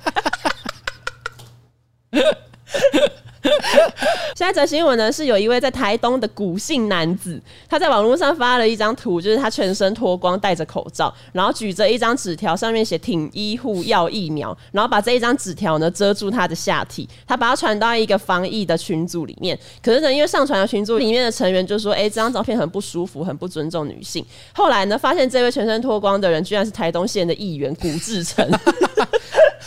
[SPEAKER 2] 下一则新闻呢，是有一位在台东的古姓男子，他在网络上发了一张图，就是他全身脱光，戴着口罩，然后举着一张纸条，上面写“挺医护要疫苗”，然后把这一张纸条呢遮住他的下体，他把它传到一个防疫的群组里面。可是呢，因为上传的群组里面的成员就说：“哎、这张照片很不舒服，很不尊重女性。” 后来呢，发现这位全身脱光的人居然是台东县的议员古志成。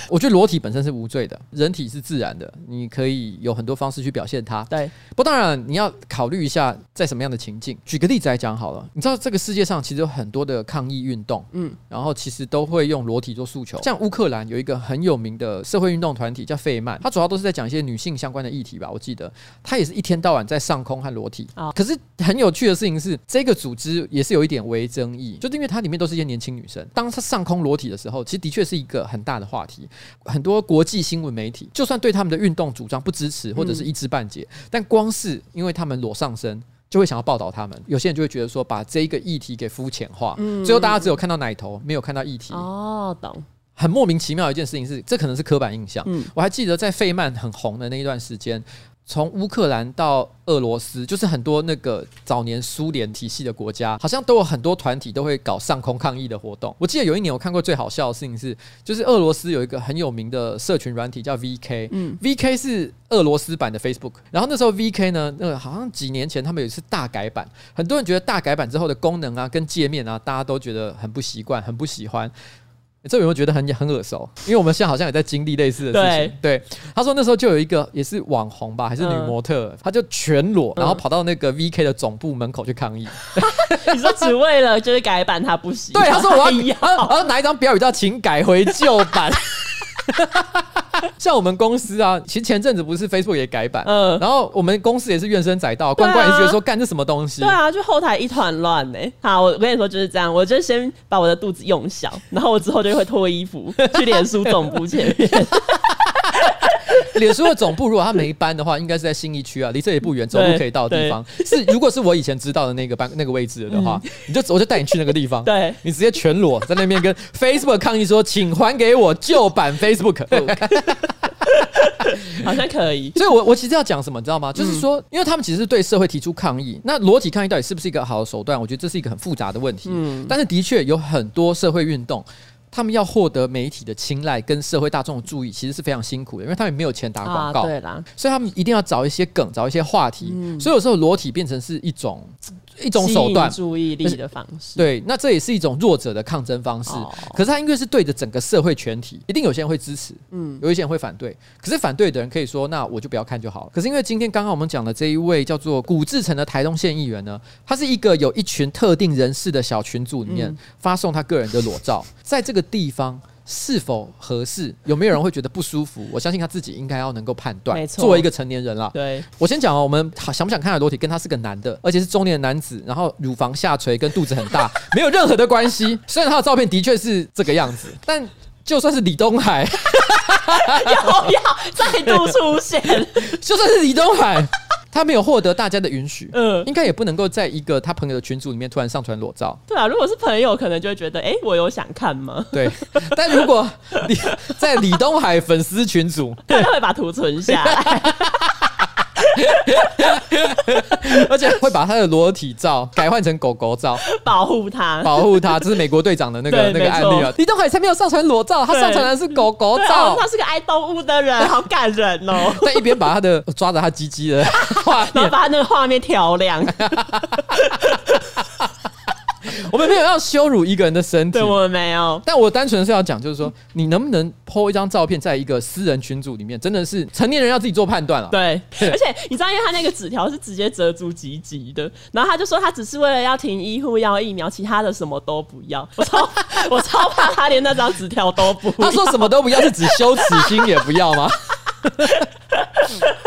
[SPEAKER 1] 我觉得裸体本身是无罪的，人体是自然的，你可以有很多方式去表现它。
[SPEAKER 2] 对，
[SPEAKER 1] 不，当然你要考虑一下在什么样的情境。举个例子来讲好了，你知道这个世界上其实有很多的抗议运动，嗯
[SPEAKER 2] 嗯，
[SPEAKER 1] 然后其实都会用裸体做诉求。像乌克兰有一个很有名的社会运动团体叫费曼，它主要都是在讲一些女性相关的议题吧，我记得它也是一天到晚在上空和裸体。啊
[SPEAKER 2] 哦，
[SPEAKER 1] 可是很有趣的事情是，这个组织也是有一点微争议，就是因为它里面都是一些年轻女生，当它上空裸体的时候，其实的确是一个很大的话题。很多国际新闻媒体，就算对他们的运动主张不支持或者是一知半解，
[SPEAKER 2] 嗯
[SPEAKER 1] 但光是因为他们裸上身。就会想要报道他们，有些人就会觉得说，把这个议题给肤浅化，最后大家只有看到奶头，没有看到议题，
[SPEAKER 2] 嗯哦，懂，
[SPEAKER 1] 很莫名其妙的一件事情是，这可能是刻板印象。
[SPEAKER 2] 嗯
[SPEAKER 1] 我还记得在费曼很红的那一段时间，从乌克兰到俄罗斯，就是很多那个早年苏联体系的国家，好像都有很多团体都会搞上空抗议的活动。我记得有一年我看过最好笑的事情是，就是俄罗斯有一个很有名的社群软体叫 VK，
[SPEAKER 2] 嗯
[SPEAKER 1] VK 是俄罗斯版的 Facebook，然后那时候 VK 呢，那个好像几年前他们有一次大改版，很多人觉得大改版之后的功能啊跟界面啊，大家都觉得很不习惯，很不喜欢。这有没有觉得很很耳熟？因为我们现在好像也在经历类似的事情。对，他说那时候就有一个也是网红吧，还是女模特，她就全裸，然后跑到那个 VK 的总部门口去抗议。
[SPEAKER 2] 你说只为了就是改版他不行，
[SPEAKER 1] 对，他说我要，
[SPEAKER 2] 哎呀
[SPEAKER 1] 然后然后拿一张标语叫“请改回旧版”。 像我们公司啊，其实前阵子不是 Facebook 也改版，
[SPEAKER 2] 嗯
[SPEAKER 1] 然后我们公司也是怨声载道，
[SPEAKER 2] 对
[SPEAKER 1] 关
[SPEAKER 2] 啊
[SPEAKER 1] 关也是觉得说干这什么东西
[SPEAKER 2] 对，啊，就后台一团乱呢。好，我跟你说就是这样，我就先把我的肚子用小，然后我之后就会脱衣服去脸书总部前 面。
[SPEAKER 1] 脸书的总部如果它没搬的话，应该是在信义区啊，离这里不远，走路
[SPEAKER 2] 对
[SPEAKER 1] 可以到的地方。是如果是我以前知道的那个班那个位置的话，你就我就带你去那个地方。
[SPEAKER 2] 对
[SPEAKER 1] 你直接全裸在那边跟 Facebook 抗议说，请还给我旧版 Facebook。
[SPEAKER 2] 好像可以。
[SPEAKER 1] 所以我，我其实要讲什么，你知道
[SPEAKER 2] 嗯
[SPEAKER 1] 吗？就是说，因为他们其实是对社会提出抗议，那裸体抗议到底是不是一个好的手段？我觉得这是一个很复杂的问题。
[SPEAKER 2] 嗯
[SPEAKER 1] 但是的确有很多社会运动。他们要获得媒体的青睐跟社会大众的注意，其实是非常辛苦的，因为他们没有钱打广告，
[SPEAKER 2] 啊对啦，
[SPEAKER 1] 所以他们一定要找一些梗，找一些话题。所以有时候裸体变成是一种一种手段
[SPEAKER 2] 吸，引注意力的方式。
[SPEAKER 1] 对，那这也是一种弱者的抗争方式。
[SPEAKER 2] 哦
[SPEAKER 1] 可是他因为是对着整个社会全体，一定有些人会支持，嗯
[SPEAKER 2] 嗯，
[SPEAKER 1] 有一些人会反对。可是反对的人可以说，那我就不要看就好了。可是因为今天刚刚我们讲的这一位叫做古志成的台东县议员呢，他是一个有一群特定人士的小群组里
[SPEAKER 2] 嗯
[SPEAKER 1] 面发送他个人的裸 照，在这个地方。是否合适？有没有人会觉得不舒服？我相信他自己应该要能够判断。
[SPEAKER 2] 没错
[SPEAKER 1] 作为一个成年人啦，
[SPEAKER 2] 对，
[SPEAKER 1] 我先讲哦，我们想不想看他的裸体，跟他是个男的，而且是中年男子，然后乳房下垂，跟肚子很大，没有任何的关系。 虽然他的照片的确是这个样子，但就算是李东海，
[SPEAKER 2] 又要再度出现。
[SPEAKER 1] 就算是李东海，他没有获得大家的允许，
[SPEAKER 2] 嗯，
[SPEAKER 1] 应该也不能够在一个他朋友的群组里面突然上传裸照。
[SPEAKER 2] 对啊，如果是朋友，可能就会觉得，哎、我有想看吗？
[SPEAKER 1] 对， 但如果你在李东海粉丝群组，
[SPEAKER 2] 他就会把图存下来。
[SPEAKER 1] 而且会把他的裸体照改换成狗狗照，
[SPEAKER 2] 保护他。
[SPEAKER 1] 保护他，这是美国队长的那个
[SPEAKER 2] 对
[SPEAKER 1] 那个案例
[SPEAKER 2] 没
[SPEAKER 1] 啊
[SPEAKER 2] 错。
[SPEAKER 1] 李东海才没有上传裸照，他
[SPEAKER 2] 对
[SPEAKER 1] 上传的是狗狗
[SPEAKER 2] 对啊
[SPEAKER 1] 照，。
[SPEAKER 2] 他是个爱动物的人，好感人哦。
[SPEAKER 1] 但一边 把他的抓着他鸡鸡 的画
[SPEAKER 2] 然后
[SPEAKER 1] 面，
[SPEAKER 2] 把他那个画面调 亮，
[SPEAKER 1] 我们没有要羞辱一个人的身体
[SPEAKER 2] 对。我们没有。
[SPEAKER 1] 但我单纯是要讲，就是说，你能不能 PO 一张照片在一个私人群组里面，真的是成年人要自己做判断了。
[SPEAKER 2] 对，
[SPEAKER 1] 对
[SPEAKER 2] 而且你知道，因为他那个纸条是直接折足几级的，然后他就说他只是为了要停医护要疫苗，其他的什么都不要。我超我超怕他连那张纸条都不 要。
[SPEAKER 1] 他说什么都不要，是指羞耻心也不要 吗？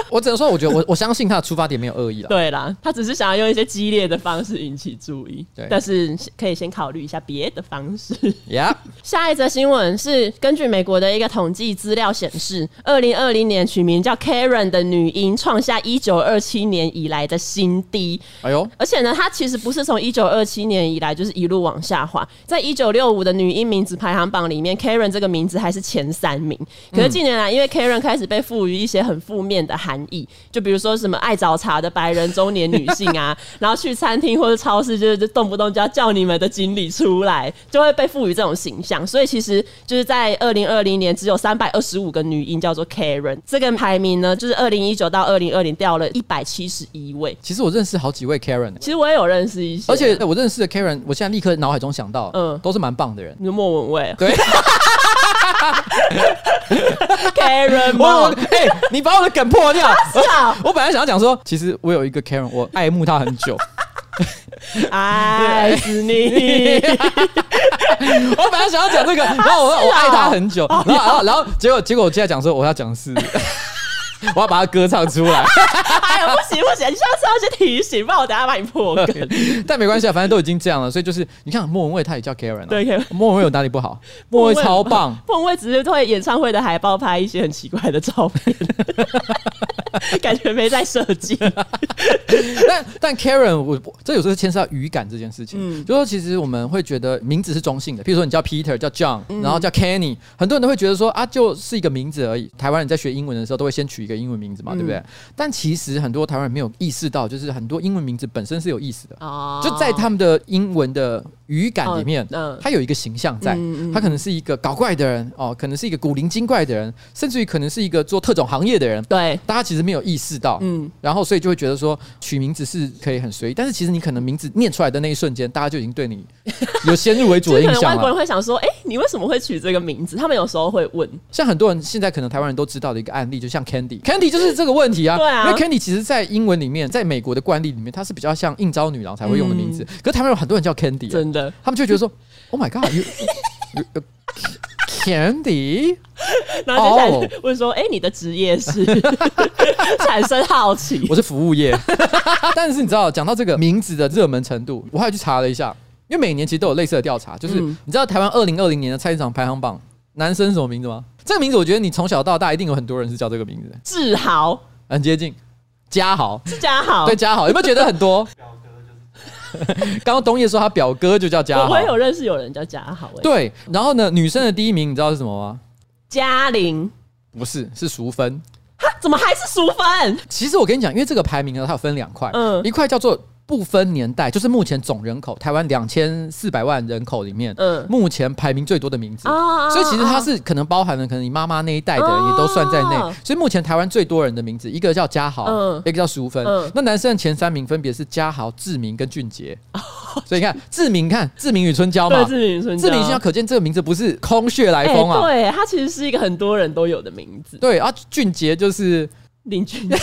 [SPEAKER 1] 我只能说，我觉得我我相信他的出发点没有恶意了。
[SPEAKER 2] 对啦，他只是想要用一些激烈的方式引起注意
[SPEAKER 1] 对，
[SPEAKER 2] 但是可以先考虑一下别的方式。
[SPEAKER 1] Yeah，
[SPEAKER 2] 下一则新闻是根据美国的一个统计资料显示，二零二零年取名叫 Karen 的女婴创下一九二七年以来的新低。
[SPEAKER 1] 哎呦，
[SPEAKER 2] 而且呢，它其实不是从一九二七年以来就是一路往下滑，在一九六五的女英名字排行榜里面，Karen 这个名字还是前三名。可是近年来，因为 Karen 开始被赋予一些很负面的含义，就比如说什么爱找茬的白人中年女性啊，然后去餐厅或者超市就是动不动就要叫你们的经理出来，就会被赋予这种形象。所以其实就是在二零二零年，只有三百二十五个女英叫做 Karen，这个排名呢，就是二零一九到二零二零掉了一百七十一位。
[SPEAKER 1] 其实我认识好几位 Karen，
[SPEAKER 2] 其实我也有认识一些，
[SPEAKER 1] 而且我认识的 Karen，我现在立刻脑海中想到，嗯
[SPEAKER 2] 嗯，
[SPEAKER 1] 都是蛮棒的人。
[SPEAKER 2] 你说莫文蔚，
[SPEAKER 1] 对，
[SPEAKER 2] Karen
[SPEAKER 1] 我
[SPEAKER 2] 吗？
[SPEAKER 1] 哎、你把我的梗破掉。
[SPEAKER 2] 笑，
[SPEAKER 1] 我本来想要讲说，其实我有一个 Karen，我爱慕她很 久。
[SPEAKER 2] 爱死你！
[SPEAKER 1] 我本来想要讲这个，然后我
[SPEAKER 2] 啊
[SPEAKER 1] 说我爱她很久，
[SPEAKER 2] 哦
[SPEAKER 1] 然后然后然后结果结果我现在讲说我要讲是， 我要把她歌唱出来。
[SPEAKER 2] 哎呀，不行不行，你上次要先提醒，不然我等下把你破梗。
[SPEAKER 1] 但没关系啊，反正都已经这样了，所以就是你看莫文蔚，她也叫 Karen 啊。
[SPEAKER 2] 对，Karen
[SPEAKER 1] 莫文蔚有哪里不好？莫文蔚超棒。
[SPEAKER 2] 凤蔚只是会演唱会的海报拍一些很奇怪的照片， 感觉没在设计。
[SPEAKER 1] 但但 Karen，我我这有时候牵涉到语感这件事情，
[SPEAKER 2] 嗯
[SPEAKER 1] 就说其实我们会觉得名字是中性的，譬如说你叫 Peter、叫 John，然
[SPEAKER 2] 嗯
[SPEAKER 1] 后叫 Kenny，很多人都会觉得说啊，就是一个名字而已。台湾人在学英文的时候都会先取一个英文名字嘛，对不对？
[SPEAKER 2] 嗯
[SPEAKER 1] 但其实很多台湾人没有意识到，就是很多英文名字本身是有意思的。
[SPEAKER 2] 哦
[SPEAKER 1] 就在他们的英文的语感里面，
[SPEAKER 2] 嗯嗯
[SPEAKER 1] 他有一个形象在，他可能是一个搞怪的人哦，可能是一个古灵精怪的人，甚至于可能是一个做特种行业的人，
[SPEAKER 2] 对，
[SPEAKER 1] 大家其实没有意识到，
[SPEAKER 2] 嗯，
[SPEAKER 1] 然后所以就会觉得说取名字是可以很随意，但是其实你可能名字念出来的那一瞬间，大家就已经对 你有先入为主
[SPEAKER 2] 就
[SPEAKER 1] 的
[SPEAKER 2] 可
[SPEAKER 1] 印
[SPEAKER 2] 能外
[SPEAKER 1] 象
[SPEAKER 2] 国人
[SPEAKER 1] 了。
[SPEAKER 2] 会想说，哎、你为什么会取这个名字？他们有时候会问，
[SPEAKER 1] 像很多人现在可能台湾人都知道的一个案例，就像 Candy，Candy 就是这个问题啊。
[SPEAKER 2] 对啊
[SPEAKER 1] 因为 Candy 其实在英文里面，在美国的惯例里面，它是比较像应招女郎才会用的名字，可是台湾有很多人叫 Candy，啊
[SPEAKER 2] 嗯真的，
[SPEAKER 1] 他们就会觉得说，Oh my God，you you- you- Candy，
[SPEAKER 2] 然后接下
[SPEAKER 1] 哦
[SPEAKER 2] 来问说，哎、你的职业是 产生好奇
[SPEAKER 1] 我。是服务业。 但是你知道，讲到这个名字的热门程度，我还去查了一下，因为每年其实都有类似的调查，就是、
[SPEAKER 2] 嗯
[SPEAKER 1] 你知道台湾二零二零年的菜市场排行榜，男生是什么名字吗？这个名字我觉得你从小到大一定有很多人是叫这个名字，
[SPEAKER 2] 志豪，
[SPEAKER 1] 很接近。嘉豪，
[SPEAKER 2] 嘉豪，
[SPEAKER 1] 对嘉豪，有没有觉得很多？刚刚冬叶说他表哥就叫嘉
[SPEAKER 2] 我
[SPEAKER 1] 豪
[SPEAKER 2] 我，有认识有人叫嘉豪、哎，
[SPEAKER 1] 对。然后呢，女生的第一名你知道是什么吗？
[SPEAKER 2] 嘉玲，
[SPEAKER 1] 不是，是淑芬。
[SPEAKER 2] 哈，怎么还是淑芬？
[SPEAKER 1] 其实我跟你讲，因为这个排名呢，它有分两块，
[SPEAKER 2] 嗯
[SPEAKER 1] 一块叫做不分年代，就是目前总人口台湾两千四百万人口里面，
[SPEAKER 2] 嗯
[SPEAKER 1] 目前排名最多的名字。
[SPEAKER 2] 啊
[SPEAKER 1] 所以其实它是可能包含了，可能你妈妈那一代的人
[SPEAKER 2] 哦
[SPEAKER 1] 也都算在内。所以目前台湾最多人的名字，一个叫嘉豪，
[SPEAKER 2] 嗯
[SPEAKER 1] 一个叫淑芬。
[SPEAKER 2] 嗯
[SPEAKER 1] 那男生的前三名分别是嘉豪、志明跟俊 杰。所以你看，志明，你看志明与春娇嘛
[SPEAKER 2] 哦对，，啊哎志明春娇，
[SPEAKER 1] 志明要可见这个名字不是空穴来风啊。
[SPEAKER 2] 对，他其实是一个很多人都有的名字，
[SPEAKER 1] 对啊，俊杰就是
[SPEAKER 2] 林俊杰，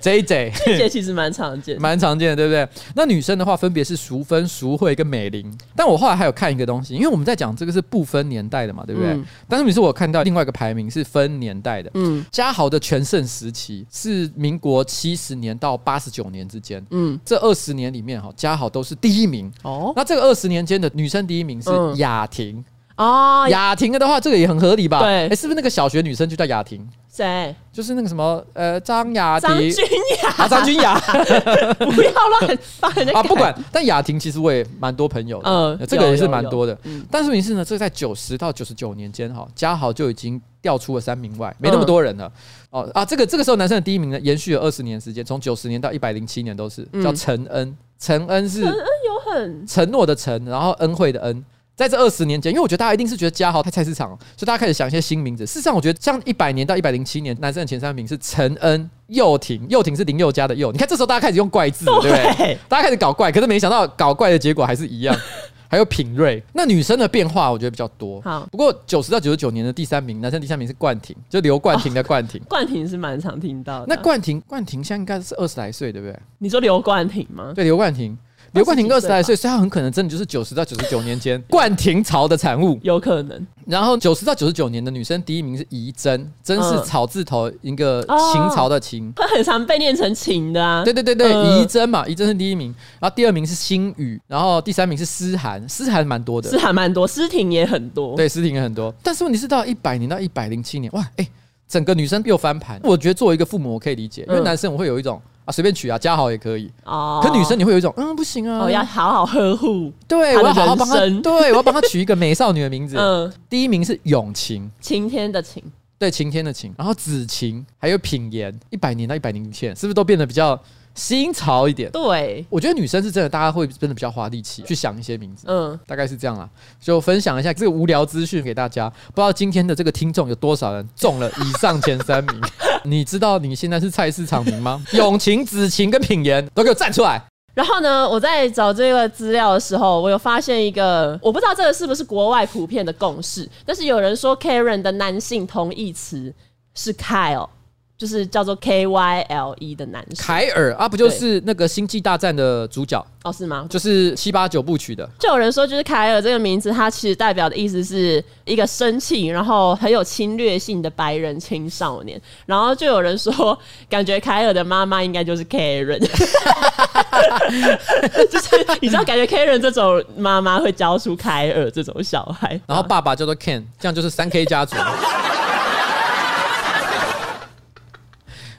[SPEAKER 1] J J。
[SPEAKER 2] 俊杰其实蛮常见的。
[SPEAKER 1] 蛮常见的，对不对？那女生的话，分别是淑芬、淑慧跟美玲。但我后来还有看一个东西，因为我们在讲这个是不分年代的嘛，对不对？
[SPEAKER 2] 嗯
[SPEAKER 1] 但是你说我看到另外一个排名是分年代的，
[SPEAKER 2] 嗯
[SPEAKER 1] 嘉豪的全盛时期是民国七十年到八十九年之间，
[SPEAKER 2] 嗯，
[SPEAKER 1] 这二十年里面哈，嘉豪都是第一名。
[SPEAKER 2] 哦
[SPEAKER 1] 那这个二十年间的女生第一名是
[SPEAKER 2] 嗯
[SPEAKER 1] 雅婷，
[SPEAKER 2] 哦，
[SPEAKER 1] 雅婷的话，这个也很合理吧？
[SPEAKER 2] 对
[SPEAKER 1] 诶是不是那个小学女生就叫雅婷？
[SPEAKER 2] 谁？
[SPEAKER 1] 就是那个什么呃张雅
[SPEAKER 2] 张
[SPEAKER 1] 婷
[SPEAKER 2] 君
[SPEAKER 1] 啊
[SPEAKER 2] 雅，
[SPEAKER 1] 张君 雅。
[SPEAKER 2] 不要乱帮 人 家
[SPEAKER 1] 啊，
[SPEAKER 2] 改
[SPEAKER 1] 不管，但雅婷其实我也蛮多朋友的，
[SPEAKER 2] 嗯
[SPEAKER 1] 这个也
[SPEAKER 2] 有
[SPEAKER 1] 是
[SPEAKER 2] 有
[SPEAKER 1] 蛮多的。
[SPEAKER 2] 嗯
[SPEAKER 1] 但是问题是呢，这个在九十到九十九年间哈，嘉豪就已经调出了三名外，没那
[SPEAKER 2] 嗯
[SPEAKER 1] 么多人了。哦啊，这个这个时候男生的第一名呢，延续了二十年时间，从九十年到一百零七年都是
[SPEAKER 2] 嗯
[SPEAKER 1] 叫陈恩，陈恩是
[SPEAKER 2] 有很
[SPEAKER 1] 承诺的承，然后恩惠的恩。在这二十年间，因为我觉得大家一定是觉得嘉豪太菜市场，所以大家开始想一些新名字。事实上，我觉得像一百年到一百零七年，男生的前三名是陈恩、佑廷，佑廷是林宥嘉的佑。你看，这时候大家开始用怪字，对不对？
[SPEAKER 2] 对，
[SPEAKER 1] 大家开始搞怪，可是没想到搞怪的结果还是 一样。还有品瑞，那女生的变化我觉得比较多。
[SPEAKER 2] 好
[SPEAKER 1] 不过九十到九十九年的第三名，男生第三名是冠廷，就刘冠廷的冠廷。
[SPEAKER 2] 冠廷是蛮常听哦到的。
[SPEAKER 1] 那冠廷，冠廷现在应该是二十来岁，对不对？
[SPEAKER 2] 你说刘冠廷吗？
[SPEAKER 1] 对，刘冠廷，刘冠廷二
[SPEAKER 2] 二
[SPEAKER 1] 十
[SPEAKER 2] 嗯十
[SPEAKER 1] 来
[SPEAKER 2] 来
[SPEAKER 1] 岁，
[SPEAKER 2] 岁
[SPEAKER 1] 所以他很可能真的就是九十到九十九年 间冠廷潮的产物。
[SPEAKER 2] 有可能
[SPEAKER 1] 然后九十到九十九年的女生第一名是怡珍，珍是
[SPEAKER 2] 嗯
[SPEAKER 1] 草字头一个
[SPEAKER 2] 哦
[SPEAKER 1] 秦朝的秦。
[SPEAKER 2] 会很常被念成情的啊。
[SPEAKER 1] 对对对对，
[SPEAKER 2] 嗯
[SPEAKER 1] 怡珍嘛，怡珍是第一名，然后第二名是星宇，然后第三名是思涵，思涵蛮多的
[SPEAKER 2] 是，还蛮多，诗婷也很多。
[SPEAKER 1] 对，诗婷也很多。但是问题是到一百年到一百零七年，哇，哎、整个女生又翻盘。我觉得作为一个父母，我可以理解，因为
[SPEAKER 2] 嗯
[SPEAKER 1] 男生我会有一种啊随便娶啊，家豪也可以。
[SPEAKER 2] 哦，
[SPEAKER 1] 可女生你会有一种，嗯，不行啊，
[SPEAKER 2] 哦要好好呵护。
[SPEAKER 1] 对
[SPEAKER 2] 她
[SPEAKER 1] 我
[SPEAKER 2] 的
[SPEAKER 1] 要好好帮她，
[SPEAKER 2] 人生
[SPEAKER 1] 对我要帮她取一个美少女的名字。
[SPEAKER 2] 嗯，
[SPEAKER 1] 第一名是永晴，
[SPEAKER 2] 晴天的晴，
[SPEAKER 1] 对晴天的晴，然后子晴，还有品言，一百年到一百零七年，是不是都变得比较新潮一点？
[SPEAKER 2] 对，
[SPEAKER 1] 我觉得女生是真的，大家会真的比较花力气去想一些名字。
[SPEAKER 2] 嗯，
[SPEAKER 1] 大概是这样啦，就分享一下这个无聊资讯给大家。不知道今天的这个听众有多少人中了以上前三名？你知道你现在是菜市场名吗？永晴、子晴跟品言都给我站出来！
[SPEAKER 2] 让然后呢，我在找这个资料的时候，我有发现一个，我不知道这个是不是国外普遍的共识，但是有人说 Karen 的男性同义词是 Kyle，就是叫做 K Y L E 的男生。
[SPEAKER 1] 凯尔啊，不就是那个《星际大战》的主角，
[SPEAKER 2] 哦，是吗？
[SPEAKER 1] 就是七八九部曲的，
[SPEAKER 2] 就有人说，就是凯尔这个名字，它其实代表的意思是一个生气，然后很有侵略性的白人青少年。然后就有人说，感觉凯尔的妈妈应该就是 Karen，就是你知道，感觉 Karen 这种妈妈会教出凯尔这种小孩。
[SPEAKER 1] 然后爸爸叫做 Ken，这样就是三 K 家族。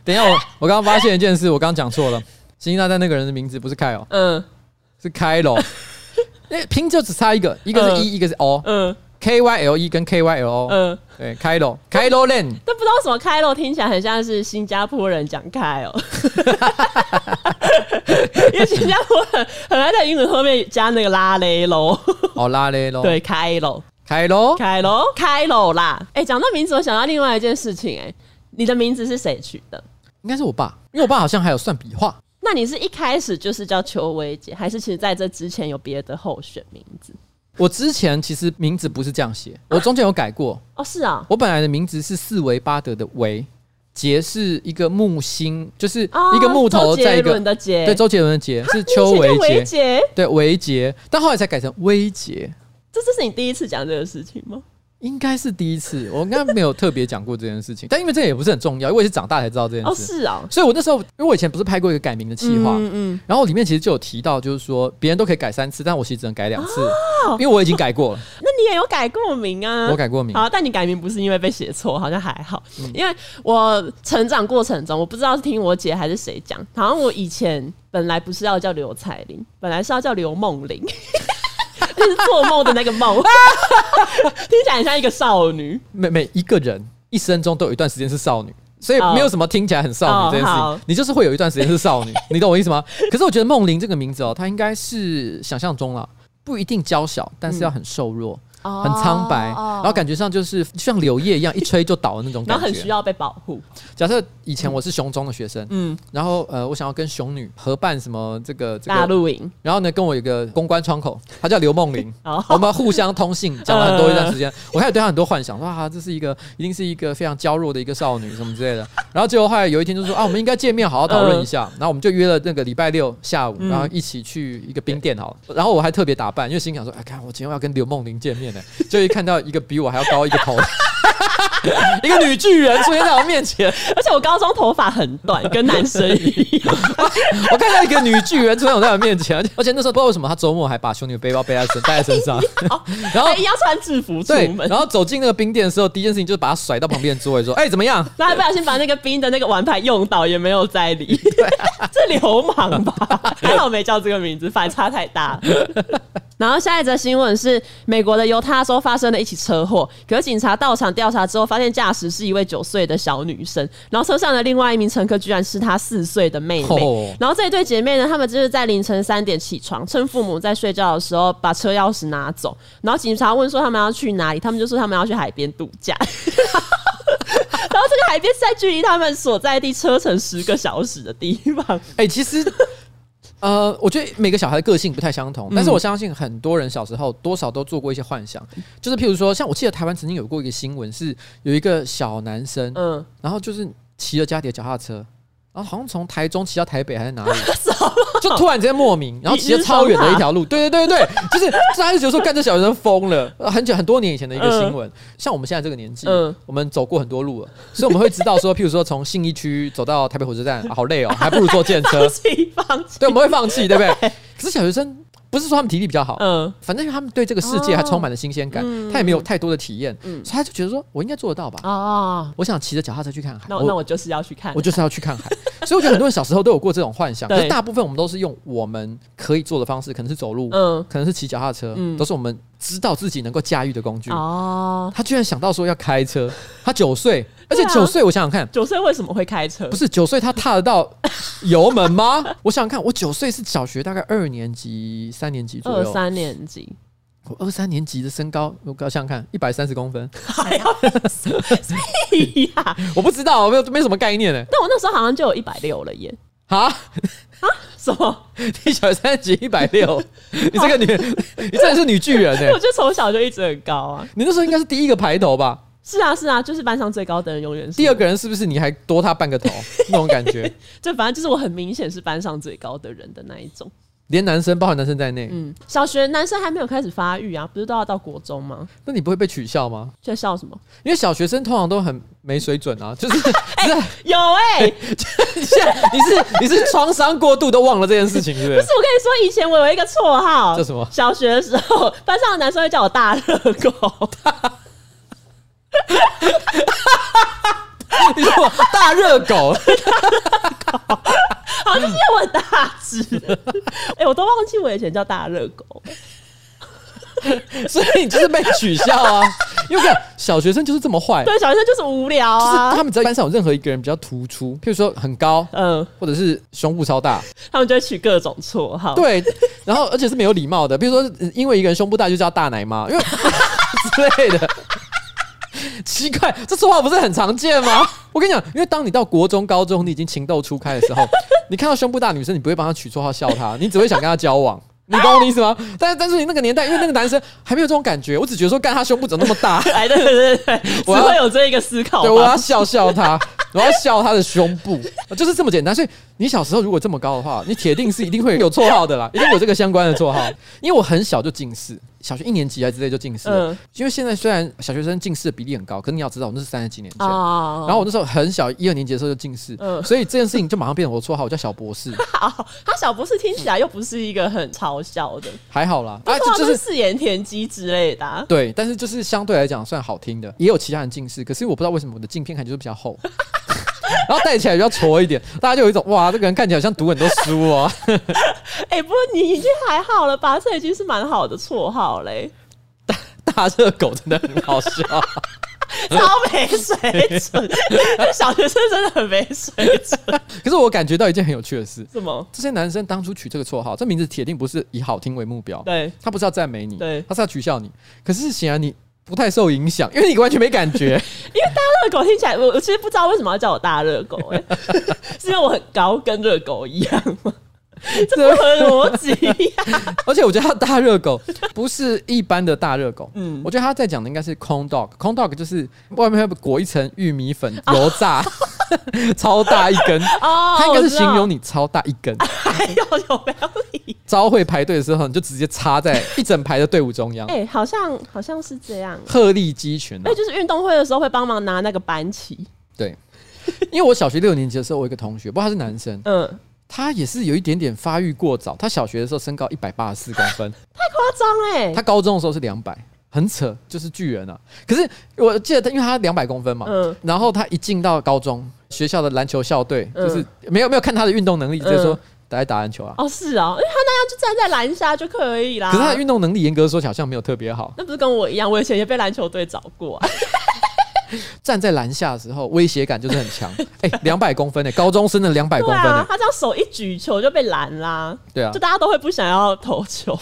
[SPEAKER 1] 等一下，我我刚刚发现一件事，我刚刚讲错了，《星际大战》那个人的名字不是凯尔，
[SPEAKER 2] 嗯
[SPEAKER 1] 是开 喽。那拼就只差一个，一个是 E，一个是 O。
[SPEAKER 2] 嗯
[SPEAKER 1] K Y L E 跟 K Y L O，
[SPEAKER 2] 嗯，
[SPEAKER 1] 对，开喽，开喽 Len。
[SPEAKER 2] 但不知道为什么凯洛听起来很像是新加坡人讲凯哦， 因为新加坡很很爱在英文后面加那个拉雷喽。
[SPEAKER 1] 哦，拉嘞喽，
[SPEAKER 2] 对，开喽，
[SPEAKER 1] 开喽。
[SPEAKER 2] 开喽，开喽哦啦！哎、讲到名字，我想到另外一件事情、哎，你的名字是谁取的？
[SPEAKER 1] 应该是我爸，因为我爸好像还有算笔画。
[SPEAKER 2] 那你是一开始就是叫邱薇姐，还是其实在这之前有别的候选名字？
[SPEAKER 1] 我之前其实名字不是这样写，
[SPEAKER 2] 啊
[SPEAKER 1] 我中间有改过。
[SPEAKER 2] 哦，是啊，
[SPEAKER 1] 我本来的名字是四维巴德的维，杰是一个木星，就是
[SPEAKER 2] 哦
[SPEAKER 1] 一个木头
[SPEAKER 2] 周杰
[SPEAKER 1] 在一个
[SPEAKER 2] 伦的杰，
[SPEAKER 1] 对周杰伦的杰是
[SPEAKER 2] 你以前
[SPEAKER 1] 邱维
[SPEAKER 2] 叫维
[SPEAKER 1] 杰，
[SPEAKER 2] 杰，
[SPEAKER 1] 对维杰，但后来才改成微杰，
[SPEAKER 2] 这这是你第一次讲这个事情吗？
[SPEAKER 1] 应该是第一次，我应该没有特别讲过这件事情， 但因为这个也不是很重要，因为我也是长大才知道这件
[SPEAKER 2] 哦，
[SPEAKER 1] 事，
[SPEAKER 2] 是啊，
[SPEAKER 1] 所以我那时候因为我以前不是拍过一个改名的计划，
[SPEAKER 2] 嗯
[SPEAKER 1] 然后里面其实就有提到，就是说别人都可以改三次，但我其实只能改两次，
[SPEAKER 2] 哦
[SPEAKER 1] 因为我已经改 过了，
[SPEAKER 2] 那你也有改过名啊？
[SPEAKER 1] 我改过嗯名，
[SPEAKER 2] 好，但你改名不是因为被写错，好像还好。因为我成长过程中，我不知道是听我姐还是谁讲，好像我以前本来不是要叫刘彩玲，本来是要叫刘梦玲， 就是做梦的那个梦， 听起来很像一个少女。
[SPEAKER 1] 每每一个人一生中都有一段时间是少女，所以
[SPEAKER 2] 哦
[SPEAKER 1] 没有什么听起来很少女这件事情。
[SPEAKER 2] 哦好
[SPEAKER 1] 你就是会有一段时间是少 女，你懂我意思吗？可是我觉得梦玲这个名字哦，她应该是想象中啦，不一定娇小，但
[SPEAKER 2] 嗯
[SPEAKER 1] 是要很瘦弱、很苍白，
[SPEAKER 2] 哦
[SPEAKER 1] 然后感觉上就是像柳叶一样，一吹就倒的那种
[SPEAKER 2] 然
[SPEAKER 1] 感
[SPEAKER 2] 后很需
[SPEAKER 1] 觉。
[SPEAKER 2] 要被保护，
[SPEAKER 1] 假设以前我是雄中的学生，
[SPEAKER 2] 嗯，
[SPEAKER 1] 然后呃，我想要跟雄女合办什么这个这
[SPEAKER 2] 大
[SPEAKER 1] 个，
[SPEAKER 2] 露营，
[SPEAKER 1] 然后呢，跟我有一个公关窗口，她叫刘梦玲。
[SPEAKER 2] 然
[SPEAKER 1] 我
[SPEAKER 2] 后
[SPEAKER 1] 们互相通信，讲了很多一段时间，我开始对她很多幻想，说啊，这是一个一定是一个非常娇弱的一个少女什么之类的。然后结果后来有一天就说啊，我们应该见面好好讨论一下。然后我们就约了那个礼拜六下午，然后一起去一个冰店好了。然后我还特别打扮，因为心想说，哎，看我今天要跟刘梦玲见面呢、就一看到一个比我还要高一个头， 一个女巨人出现在我面前，
[SPEAKER 2] 而且我高中头发很短，跟男生一样，
[SPEAKER 1] 我看到一个女巨人出现在我面前，而且 而且那时候不知道为什么她周末还把修女的背包背在身带在身上， 然后
[SPEAKER 2] 哎还一样穿制服出
[SPEAKER 1] 对，
[SPEAKER 2] 门
[SPEAKER 1] 然。后走进那个冰店的时候，第一件事情就是把他甩到旁边的座位，说：“哎、怎么样
[SPEAKER 2] 然后还不小心把那个冰的那个碗盘用到，也没有在理，这流氓吧？还好没叫这个名字，反差太大。然后下一则新闻是美国的犹他州发生了一起车祸，可是警察到场调查之后，发现驾驶是一位九岁的小女生，然后车上的另外一名乘客居然是她四岁的妹妹。
[SPEAKER 1] 哦
[SPEAKER 2] 然后这一对姐妹呢，她们就是在凌晨三点起床，趁父母在睡觉的时候把车钥匙拿走，然后警察问说他们要去哪里，他们就说他们要去海边度假。然后这个海边是在距离他们所在地车程十个小时的地方。？”
[SPEAKER 1] 哎、其实，呃，我觉得每个小孩的个性不太相同，但是我相信很多人小时候多少都做过一些幻想，就是譬如说，像我记得台湾曾经有过一个新闻，是有一个小男生，
[SPEAKER 2] 嗯，
[SPEAKER 1] 然后就是骑了家里的脚踏车。然后好像从台中骑到台北还是哪 里，就突然之间莫名，然后骑了超远的一条路，对对对对，就是大家就觉得说干这小学生疯了，呃很久很多年以前的一个新闻。像我们现在这个年纪，
[SPEAKER 2] 嗯
[SPEAKER 1] 我们走过很多路了，所以我们会知道说，譬如说从信义区走到台北火车站，啊好累哦，还不如坐电车
[SPEAKER 2] 放。弃放弃。
[SPEAKER 1] 对，我们会放弃，对不 对？可是小学生不是说他们体力比较好，
[SPEAKER 2] 嗯，哦
[SPEAKER 1] 反正他们对这个世界还充满了新鲜感，他也没有太多的体验，所以他就觉得说我应该做得到吧。
[SPEAKER 2] 嗯哦，
[SPEAKER 1] 我想骑着脚踏车去看海，
[SPEAKER 2] 那我那我就是要去看，
[SPEAKER 1] 我就是要去看海。 所以我觉得很多人小时候都有过这种幻想，
[SPEAKER 2] 对
[SPEAKER 1] 就是大部分我们都是用我们可以做的方式，可能是走路，
[SPEAKER 2] 嗯
[SPEAKER 1] 可能是骑脚踏车，都是我们知道自己能够驾驭的工具。
[SPEAKER 2] 哦，
[SPEAKER 1] 他居然想到说要开车，他九 岁，而且
[SPEAKER 2] 对啊
[SPEAKER 1] 九岁，我想想看。
[SPEAKER 2] 九岁为什么会开车
[SPEAKER 1] 不？是九岁，他踏得到油门吗？我想想看，我九岁是小学大概二年级、三年级左
[SPEAKER 2] 二
[SPEAKER 1] 右。
[SPEAKER 2] 三年级
[SPEAKER 1] 我二三年级的身高，我想想看，一百三十公分，
[SPEAKER 2] 还要 屁呀？
[SPEAKER 1] 我不知道，我没有没什么概念呢。
[SPEAKER 2] 那我那时候好像就有一百六了耶，
[SPEAKER 1] 啊，
[SPEAKER 2] 什么？
[SPEAKER 1] 你小三级一百六，你这个女， 你真的是女巨人哎、
[SPEAKER 2] 我觉得从小就一直很高啊。
[SPEAKER 1] 你那时候应该是第一个排头吧？
[SPEAKER 2] 是啊，是啊，就是班上最高的人永远是
[SPEAKER 1] 第二
[SPEAKER 2] 我，
[SPEAKER 1] 个人是不是你还多他半 个头那种感觉？
[SPEAKER 2] 就反正就是我很明显是班上最高的人的那一种。
[SPEAKER 1] 连男生，包含男生在内，
[SPEAKER 2] 嗯，小学男生还没有开始发育啊，不是都要到国中吗？
[SPEAKER 1] 那你不会被取笑吗？
[SPEAKER 2] 在笑什么？
[SPEAKER 1] 因为小学生通常都很没水准 啊，就是是啊
[SPEAKER 2] 有哎、
[SPEAKER 1] 你现在你是你是创伤过度都忘了这件事情，是不
[SPEAKER 2] 不
[SPEAKER 1] 是
[SPEAKER 2] 是？我跟你说，以前我有一个绰号，
[SPEAKER 1] 叫什么
[SPEAKER 2] 小学的时候，班上的男生会叫我大热 狗，啊
[SPEAKER 1] 你说我大热 狗，
[SPEAKER 2] 好像是因为我很大 只。哎、我都忘记我以前叫大热狗。
[SPEAKER 1] 所以你就是被取笑啊！因为我跟你讲小学生就是这么坏，就
[SPEAKER 2] 对，小学生就是无聊
[SPEAKER 1] 是
[SPEAKER 2] 啊。
[SPEAKER 1] 他们只要班上有任何一个人比较突出，譬如说很高，
[SPEAKER 2] 嗯，
[SPEAKER 1] 或者是胸部超大，
[SPEAKER 2] 他们就会取各种绰号。，
[SPEAKER 1] 对，然后而且是没有礼貌的，比如说呃因为一个人胸部大就叫大奶妈，因为之类的。奇怪，这说话不是很常见吗？我跟你讲，因为当你到国中、高中，你已经情窦初开的时候， 你看到胸部大女生，你不会帮她取绰号笑她，你只会想跟她交往。你懂我的意思吗？但但是你那个年代，因为那个男生还没有这种感觉，我只觉得说，干他胸部怎么那么大？
[SPEAKER 2] 哎，对对对对，只
[SPEAKER 1] 我要
[SPEAKER 2] 会有这一个思考
[SPEAKER 1] 对，
[SPEAKER 2] 吧。
[SPEAKER 1] 我要笑笑他， 我要笑他的胸部，哦就是这么简单。所以你小时候如果这么高的话，你铁定是一定 会有绰号的啦，一定有这个相关的绰号。因为我很小就近视，小学一年级还之类就近视了。
[SPEAKER 2] 嗯
[SPEAKER 1] 因为现在虽然小学生近视的比例很高，可是你要知道，那是三十几年前。
[SPEAKER 2] 哦，
[SPEAKER 1] 然后我那时候很小，一二年级的时候就近视，
[SPEAKER 2] 嗯
[SPEAKER 1] 所以这件事情就马上变成我的绰号，我叫小博 士，
[SPEAKER 2] 好，他小博士听起来又不是一个很嘲笑的，
[SPEAKER 1] 还好啦。
[SPEAKER 2] 嗯他
[SPEAKER 1] 啊，
[SPEAKER 2] 通
[SPEAKER 1] 就
[SPEAKER 2] 常
[SPEAKER 1] 就
[SPEAKER 2] 都是
[SPEAKER 1] 是
[SPEAKER 2] 四眼田鸡之类的、啊。
[SPEAKER 1] 对，但是就是相对来讲算好听的，也有其他人近视，可是我不知道为什么我的镜片看起来就是比较厚， 然后戴起来比较挫一点，大家就有一种哇，这个人看起来好像读很多书哦。
[SPEAKER 2] 哎、不过你已经还好了吧？这已经是蛮好的绰号嘞，
[SPEAKER 1] 大热狗真的很好笑，
[SPEAKER 2] 超没水准。小学生真的很没水准。
[SPEAKER 1] 可是我感觉到一件很有趣的事，
[SPEAKER 2] 什么？
[SPEAKER 1] 这些男生当初取这个绰号，这名字铁定不是以好听为目标，
[SPEAKER 2] 对，
[SPEAKER 1] 他不是要赞美你，
[SPEAKER 2] 对
[SPEAKER 1] 他是要取笑你，可是显然你。不太受影响，因为你完全没感觉。
[SPEAKER 2] 热狗听起来，我我其实不知道为什么要叫我大热狗、 哎，是因为我很高，跟热狗一样吗？这不合逻辑啊呀、
[SPEAKER 1] 而且我觉得他大热狗 不是一般的大热狗，
[SPEAKER 2] 嗯
[SPEAKER 1] 我觉得他在讲的应该是 corn dog。corn dog 就是外面会裹一层玉米 粉油炸， 超大一根。
[SPEAKER 2] 哦，
[SPEAKER 1] 他应该是
[SPEAKER 2] 我知道
[SPEAKER 1] 形容你超大一根，
[SPEAKER 2] 哎呦，有没有理？
[SPEAKER 1] 招会排队的时候，你就直接插在一整排的队伍中央，
[SPEAKER 2] 哎、好像好像是这样。
[SPEAKER 1] 鹤立鸡群啊
[SPEAKER 2] 哎、！就是运动会的时候会帮忙拿那个班旗。
[SPEAKER 1] 对，因为我小学六年级的时候，我有一个同学，不过他是男生，
[SPEAKER 2] 嗯，
[SPEAKER 1] 他也是有一点点发育过早。他小学的时候身高一百八十四公分，
[SPEAKER 2] 夸张哎
[SPEAKER 1] 他，高中的时候是两百，很扯，就是巨人啊。可是我记得他，因为他两百公分嘛，
[SPEAKER 2] 嗯
[SPEAKER 1] 然后他一进到高中学校的篮球校队，
[SPEAKER 2] 嗯
[SPEAKER 1] 就是没有没有看他的运动能力，直接说
[SPEAKER 2] 嗯
[SPEAKER 1] 打来打篮球啊。
[SPEAKER 2] 哦是哦，因为他那样就站在篮下就可以啦。
[SPEAKER 1] 可是他的运动能力严格说起来好像没有特别好，
[SPEAKER 2] 那不是跟我一样，我以前也被篮球队找过、啊，
[SPEAKER 1] 站在篮下的时候威胁感就是很 强。哎、2两百公分呢、高中生的两百公
[SPEAKER 2] 对
[SPEAKER 1] 分呢、
[SPEAKER 2] 啊，他这样手一举球就被拦啦，
[SPEAKER 1] 对啊
[SPEAKER 2] 就，大家都会不想要投球，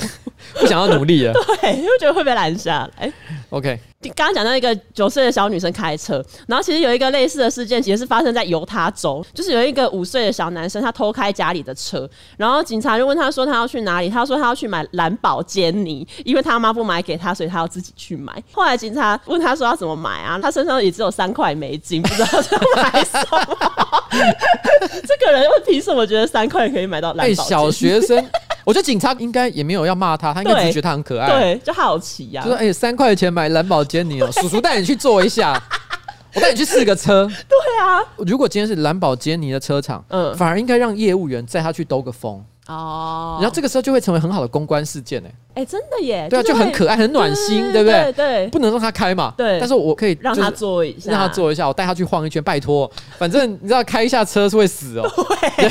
[SPEAKER 1] 不想要努力了。
[SPEAKER 2] 对，因为觉得会被拦下来。
[SPEAKER 1] OK，
[SPEAKER 2] 刚刚讲到一个九岁的小女生开车，然后其实有一个类似的事件，其实是发生在犹他州，就是有一个五岁的小男生他偷开家里的车，然后警察就问他说他要去哪里，他说他要去买蓝宝坚尼，因为他妈不买给他，所以他要自己去买。后来警察问他说要怎么买啊，他身上也只有三块美金，不知道要买什么。这个人又凭什么觉得三块可以买到蓝
[SPEAKER 1] 哎、
[SPEAKER 2] 宝坚尼？
[SPEAKER 1] 小学生，我觉得警察应该也没有要骂他，他应该只
[SPEAKER 2] 对
[SPEAKER 1] 是觉得他很可爱。
[SPEAKER 2] 对，啊就好奇呀、
[SPEAKER 1] 就说：“哎、三块钱买蓝宝坚尼哦，叔叔带你去坐一下，我带你去试个车。
[SPEAKER 2] 对啊，”
[SPEAKER 1] 如果今天是蓝宝坚尼的车厂，
[SPEAKER 2] 嗯
[SPEAKER 1] 反而应该让业务员载他去兜个风，
[SPEAKER 2] 哦，
[SPEAKER 1] 然后这个时候就会成为很好的公关事件哎、
[SPEAKER 2] 哎、真的耶，
[SPEAKER 1] 对啊，就是很
[SPEAKER 2] 会
[SPEAKER 1] 可爱，很暖心，对不
[SPEAKER 2] 对
[SPEAKER 1] 对？
[SPEAKER 2] 对，
[SPEAKER 1] 不能让他开嘛，
[SPEAKER 2] 对
[SPEAKER 1] 但是我可以
[SPEAKER 2] 让
[SPEAKER 1] 就是
[SPEAKER 2] 他坐一下，
[SPEAKER 1] 让他坐一下，我带他去晃一圈，拜托。反正你知道开一下车是会死 哦。对，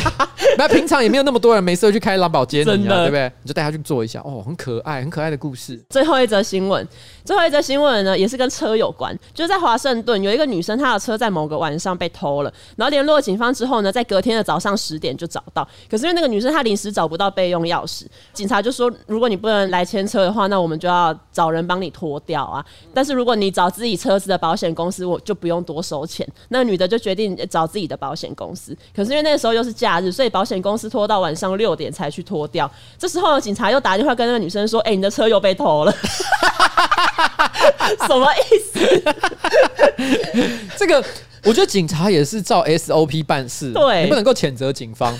[SPEAKER 1] 那平常也没有那么多人没事会去开蓝宝坚
[SPEAKER 2] 啊真
[SPEAKER 1] 尼啊，
[SPEAKER 2] 的
[SPEAKER 1] 对不对？你就带他去坐一下，哦，很可爱，很可爱的故事。
[SPEAKER 2] 最后一则新闻，最后一则新闻呢，也是跟车有关，就是在华盛顿有一个女生，她的车在某个晚上被偷了，然后联络警方之后呢，在隔天的早上十点就找到，可是因为那个女生她临时找不到备用钥匙，警察就说，如果你不能来来牵车的话，那我们就要找人帮你拖掉啊。但是如果你找自己车子的保险公司，我就不用多收钱。那女的就决定找自己的保险公司。可是因为那时候又是假日，所以保险公司拖到晚上六点才去拖掉。这时候警察又打电话跟那个女生说：“哎、你的车又被偷了。” 什么意思？
[SPEAKER 1] 这个我觉得警察也是照 SOP 办事，
[SPEAKER 2] 对
[SPEAKER 1] 你不能够谴责警 方。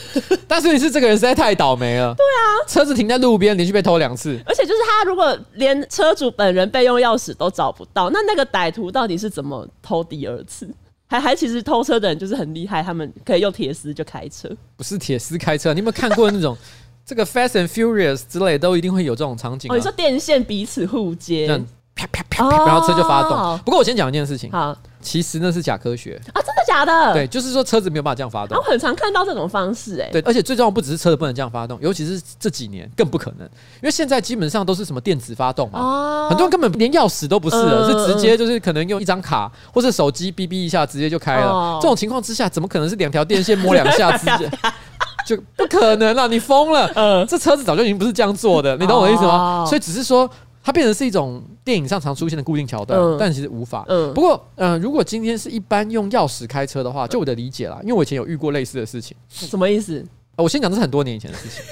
[SPEAKER 1] 但是你是这个人实在太倒霉了，对啊，车子停在路边，连续被偷两次，
[SPEAKER 2] 而且就是他如果连车主本人备用钥匙都找不到，那那个歹徒到底是怎么偷第二次？还还其实偷车的人就是很厉害，他们可以用铁丝就开车。
[SPEAKER 1] 不是铁丝开车。你有没有看过那种这个 Fast and Furious 之类都一定会有这种场景、啊？
[SPEAKER 2] 哦，你说电线彼此互接
[SPEAKER 1] 这样啪啪啪啪，然后车就发动
[SPEAKER 2] 哦。
[SPEAKER 1] 不过我先讲一件事情，
[SPEAKER 2] 好
[SPEAKER 1] 其实那是假科学，
[SPEAKER 2] 啊？真的假的？
[SPEAKER 1] 对，就是说车子没有办法这样发
[SPEAKER 2] 啊，
[SPEAKER 1] 动
[SPEAKER 2] 我。很常看到这种方式、哎，
[SPEAKER 1] 对，而且最重要不只是车子不能这样发动，尤其是这几年更不可能，因为现在基本上都是什么电子发动嘛，
[SPEAKER 2] 哦
[SPEAKER 1] 很多人根本连钥匙都不是了，
[SPEAKER 2] 嗯嗯
[SPEAKER 1] 是直接就是可能用一张卡或者手机哔哔一下直接就开了。
[SPEAKER 2] 哦
[SPEAKER 1] 这种情况之下，怎么可能是两条电线摸两下直 接就不可能了？你疯了！
[SPEAKER 2] 嗯
[SPEAKER 1] 这车子早就已经不是这样做的，你懂我的意思吗？
[SPEAKER 2] 哦
[SPEAKER 1] 所以只是说。它变成是一种电影上常出现的固定桥段，
[SPEAKER 2] 嗯
[SPEAKER 1] 但其实无法。
[SPEAKER 2] 嗯
[SPEAKER 1] 不过，呃，如果今天是一般用钥匙开车的话，就我的理解啦，因为我以前有遇过类似的事情。
[SPEAKER 2] 什么意思？
[SPEAKER 1] 呃我先讲这是很多年以前的事情。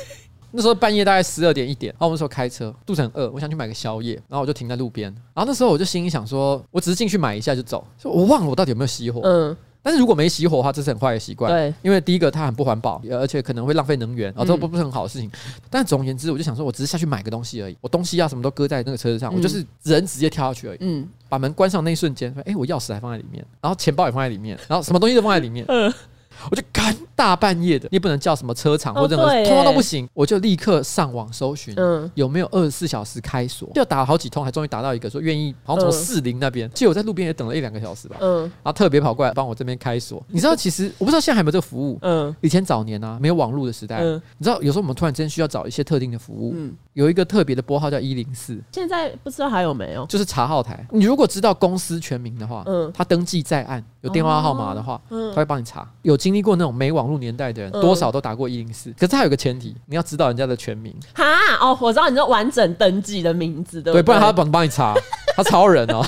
[SPEAKER 1] 那时候半夜大概十二点一点，然后我那时候开车，肚子很饿，我想去买个宵夜，然后我就停在路边。然后那时候我就心里想说，我只是进去买一下就走，所以我忘了我到底有没有熄火。
[SPEAKER 2] 嗯，
[SPEAKER 1] 但是如果没熄火的话，这是很坏的习惯。
[SPEAKER 2] 对，嗯
[SPEAKER 1] 因为第一个它很不环保，呃而且可能会浪费能源，啊、这不不是很好的事情。但总而言之，我就想说，我只是下去买个东西而已，我东西啊什么都搁在那个车子上，我就是人直接跳下去而已。
[SPEAKER 2] 嗯
[SPEAKER 1] 把门关上那一瞬间，哎、诶我钥匙还放在里面，然后钱包也放在里面，然后什么东西都放在里面，
[SPEAKER 2] 嗯
[SPEAKER 1] 我就干大半夜的，你也不能叫什么车厂
[SPEAKER 2] 哦
[SPEAKER 1] 或者什么，
[SPEAKER 2] 对耶
[SPEAKER 1] 通通都不行，我就立刻上网搜寻。
[SPEAKER 2] 嗯，
[SPEAKER 1] 有没有二十四小时开锁？就打了好几通，还终于打到一个说愿意，好像从
[SPEAKER 2] 嗯
[SPEAKER 1] 四零那边，记得我在路边也等了一两个小时吧，
[SPEAKER 2] 嗯
[SPEAKER 1] 然后特别跑过来帮我这边开锁。你知道，其实我不知道现在还有没有这个服务。
[SPEAKER 2] 嗯
[SPEAKER 1] 以前早年啊，没有网络的时代，
[SPEAKER 2] 嗯
[SPEAKER 1] 你知道有时候我们突然之间需要找一些特定的服务，
[SPEAKER 2] 嗯，
[SPEAKER 1] 有一个特别的拨号叫一零四，
[SPEAKER 2] 现在不知道还有没有？
[SPEAKER 1] 就是查号台。你如果知道公司全名的话，嗯
[SPEAKER 2] 嗯，
[SPEAKER 1] 他登记在案，有电话号码的话，
[SPEAKER 2] 嗯
[SPEAKER 1] 他会帮你查。有经历过那种没网络年代的人，
[SPEAKER 2] 嗯
[SPEAKER 1] 多少都打过一零四。可是他有个前提，你要知道人家的全名，
[SPEAKER 2] 哈哦，我知道你说完整登记的名字，对
[SPEAKER 1] 对，
[SPEAKER 2] 不
[SPEAKER 1] 不然他帮帮你 查，他超人哦。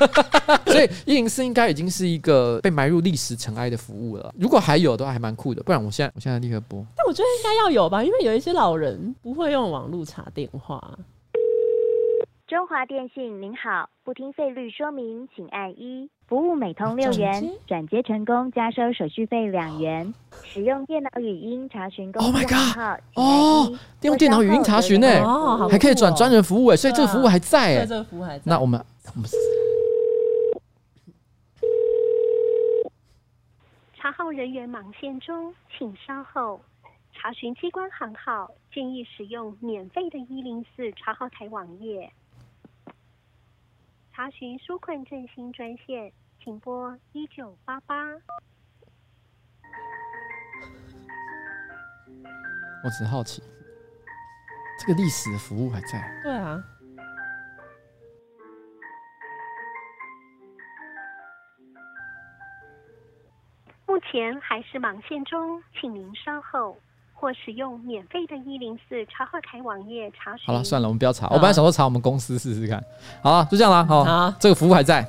[SPEAKER 1] 所以一零四应该已经是一个被埋入历史尘埃的服务了。如果还有的话，还蛮酷的。不然我现在我现在立刻播。
[SPEAKER 2] 但我觉得应该要有吧，因为有一些老人不会用网络查电话。
[SPEAKER 3] 中华电信，您好，不听费率说明，请按
[SPEAKER 1] 哦
[SPEAKER 3] 一。服务每通六
[SPEAKER 2] 啊转
[SPEAKER 3] 元
[SPEAKER 2] 接，
[SPEAKER 3] 转接成功加收手续费两元。使用电脑语音查询公
[SPEAKER 1] 哦 Oh my
[SPEAKER 3] 司
[SPEAKER 1] god
[SPEAKER 3] 号
[SPEAKER 1] 哦用电脑语音查询欸呢
[SPEAKER 2] 哦好酷啊
[SPEAKER 1] 还可以转专人服务哎、所以这个服务还在哎、
[SPEAKER 2] 对，这啊个服务还在。
[SPEAKER 1] 那我们我们
[SPEAKER 4] 查号人员忙线中，请稍后。查询机关行号，建议使用免费的104查号台网页。查询纾困振兴专线，请拨一九八八。
[SPEAKER 1] 我只是好奇，这个历史的服务还在。
[SPEAKER 2] 对啊，
[SPEAKER 4] 目前还是忙线中，请您稍后，或使用免费的104查号台网页查询。
[SPEAKER 1] 好了，算了，我们不要查。
[SPEAKER 2] 嗯好
[SPEAKER 1] 我本来想说查我们公司试试看。好了，就这样啦。好，
[SPEAKER 2] 好
[SPEAKER 1] 这个服务还在。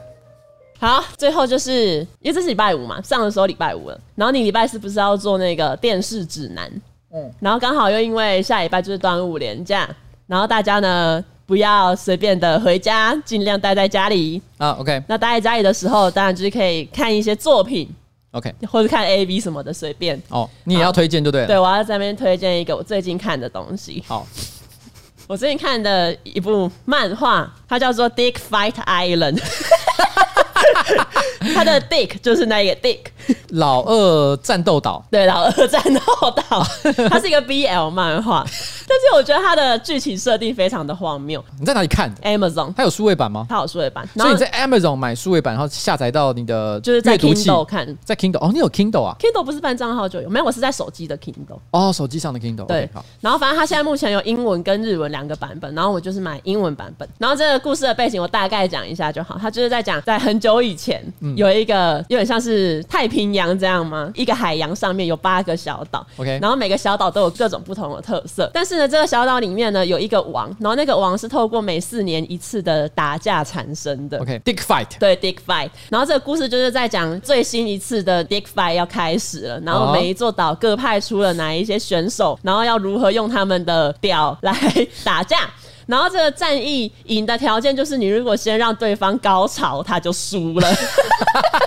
[SPEAKER 2] 好，最后就是因为这是礼拜五嘛，上的时候礼拜五了，然后你礼拜四不是要做那个电视指南，
[SPEAKER 1] 嗯
[SPEAKER 2] 嗯，然后刚好又因为下礼拜就是端午连假，然后大家呢不要随便的回家，尽量待在家里。
[SPEAKER 1] 啊，OK
[SPEAKER 2] 那待在家里的时候，当然就是可以看一些作品
[SPEAKER 1] OK，
[SPEAKER 2] 或者看 A V 什么的，随便。
[SPEAKER 1] 哦，你也要推荐就对了。
[SPEAKER 2] 对，我要在那边推荐一个我最近看的东西。
[SPEAKER 1] 好，
[SPEAKER 2] 我最近看的一部漫画，它叫做《Dick Fight Island》，它的 Dick 就是那个 Dick，
[SPEAKER 1] 老二战斗岛
[SPEAKER 2] 对，老二战后 岛，它是一个 BL 漫画，但是我觉得它的剧情设定非常的荒谬。
[SPEAKER 1] 你在哪里看的？
[SPEAKER 2] Amazon
[SPEAKER 1] 它有数位版吗？
[SPEAKER 2] 它有数位版，然
[SPEAKER 1] 所以
[SPEAKER 2] 后
[SPEAKER 1] 你在 Amazon 买数位版，然后下载到你的
[SPEAKER 2] 就是
[SPEAKER 1] 阅
[SPEAKER 2] 在
[SPEAKER 1] 读器，
[SPEAKER 2] Kindle 看
[SPEAKER 1] 在 Kindle 哦，你有 Kindle 啊？
[SPEAKER 2] Kindle 不是办账号就有，没有，我是在手机的 Kindle。
[SPEAKER 1] 哦，手机上的 Kindle。
[SPEAKER 2] 对
[SPEAKER 1] OK，好，
[SPEAKER 2] 然后反正它现在目前有英文跟日文两个版本，然后我就是买英文版本。然后这个故事的
[SPEAKER 1] 嗯
[SPEAKER 2] 背景我大概讲一下就好，它就是在讲在很久以前、有一个有点像是太平洋这样吗？一个海洋上面有八个小岛
[SPEAKER 1] OK
[SPEAKER 2] 然后每个小岛都有各种不同的特色。但是呢，这个小岛里面呢有一个王，然后那个王是透过每四年一次的打架产生的。
[SPEAKER 1] OK，Dick Fight，
[SPEAKER 2] 对 Dick Fight，然后这个故事就是在讲最新一次的 Dick Fight 要开始了，然后每一座岛各派出了哪一些选手，然后要如何用他们的屌来 打架。然后这个战役赢的条件就是，你如果先让对方高潮，他就输了。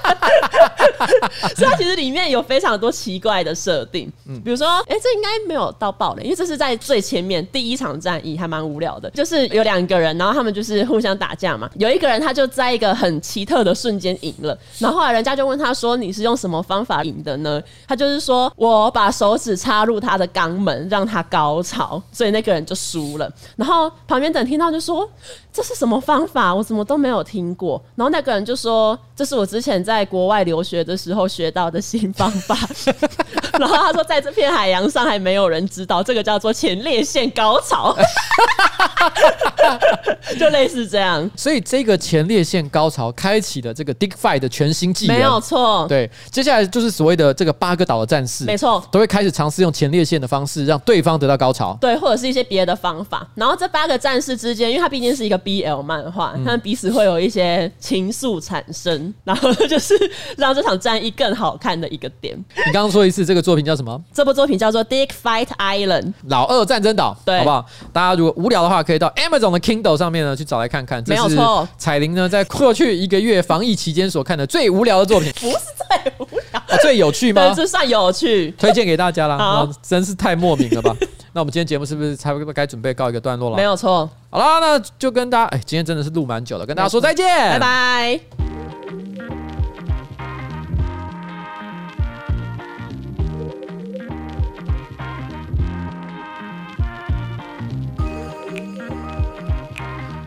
[SPEAKER 2] 所以它其实里面有非常多奇怪的设定，比如说，哎、这应该没有到爆雷，因为这是在最前面第一场战役，还蛮无聊的。就是有两个人，然后他们就是互相打架嘛，有一个人他就在一个很奇特的瞬间赢了，然后后来人家就问他说：“你是用什么方法赢的呢？”他就是说我把手指插入他的肛门，让他高潮，所以那个人就输了。然后旁边等听到就说：“这是什么方法？我怎么都没有听过。”然后那个人就说：“这是我之前在国外留学的时候学到的新方法。” 然后他说，在这片海洋上还没有人知道，这个叫做前列腺高潮，就类似这样，
[SPEAKER 1] 所以这个前列腺高潮开启了这个 Dick Fight 的全新技能。
[SPEAKER 2] 没有错。
[SPEAKER 1] 对，接下来就是所谓的这个八个岛的战士，
[SPEAKER 2] 没错
[SPEAKER 1] 都会开始尝试用前列腺的方式让对方得到高潮。
[SPEAKER 2] 对，或者是一些别的方法。然后这八个战士之间，因为它毕竟是一个 BL 漫画，他们彼此会有一些情愫产生，然后 就是让这场战役更好看的一个点。
[SPEAKER 1] 你刚刚说一次，这个作品叫什么？
[SPEAKER 2] 这部作品叫做《Dick Fight Island》，
[SPEAKER 1] 老二战争岛，
[SPEAKER 2] 对
[SPEAKER 1] 好不好？大家如果无聊的话，可以到 Amazon 的 Kindle 上面呢去找来看看。这
[SPEAKER 2] 没有
[SPEAKER 1] 是
[SPEAKER 2] 错
[SPEAKER 1] 彩玲呢在过去一个月防疫期间所看的最无聊的 作品，
[SPEAKER 2] 不是最无聊，
[SPEAKER 1] 啊、最有趣吗
[SPEAKER 2] 但？是算有趣。
[SPEAKER 1] 推荐给大家啦，
[SPEAKER 2] 好
[SPEAKER 1] 啊真是太莫名了吧？ 那我们今天节目是不是差不多该准备告一个段落了？
[SPEAKER 2] 没有错，
[SPEAKER 1] 好啦，那就跟大家，哎，今天真的是录蛮久了，跟大家说再见，
[SPEAKER 2] 拜拜。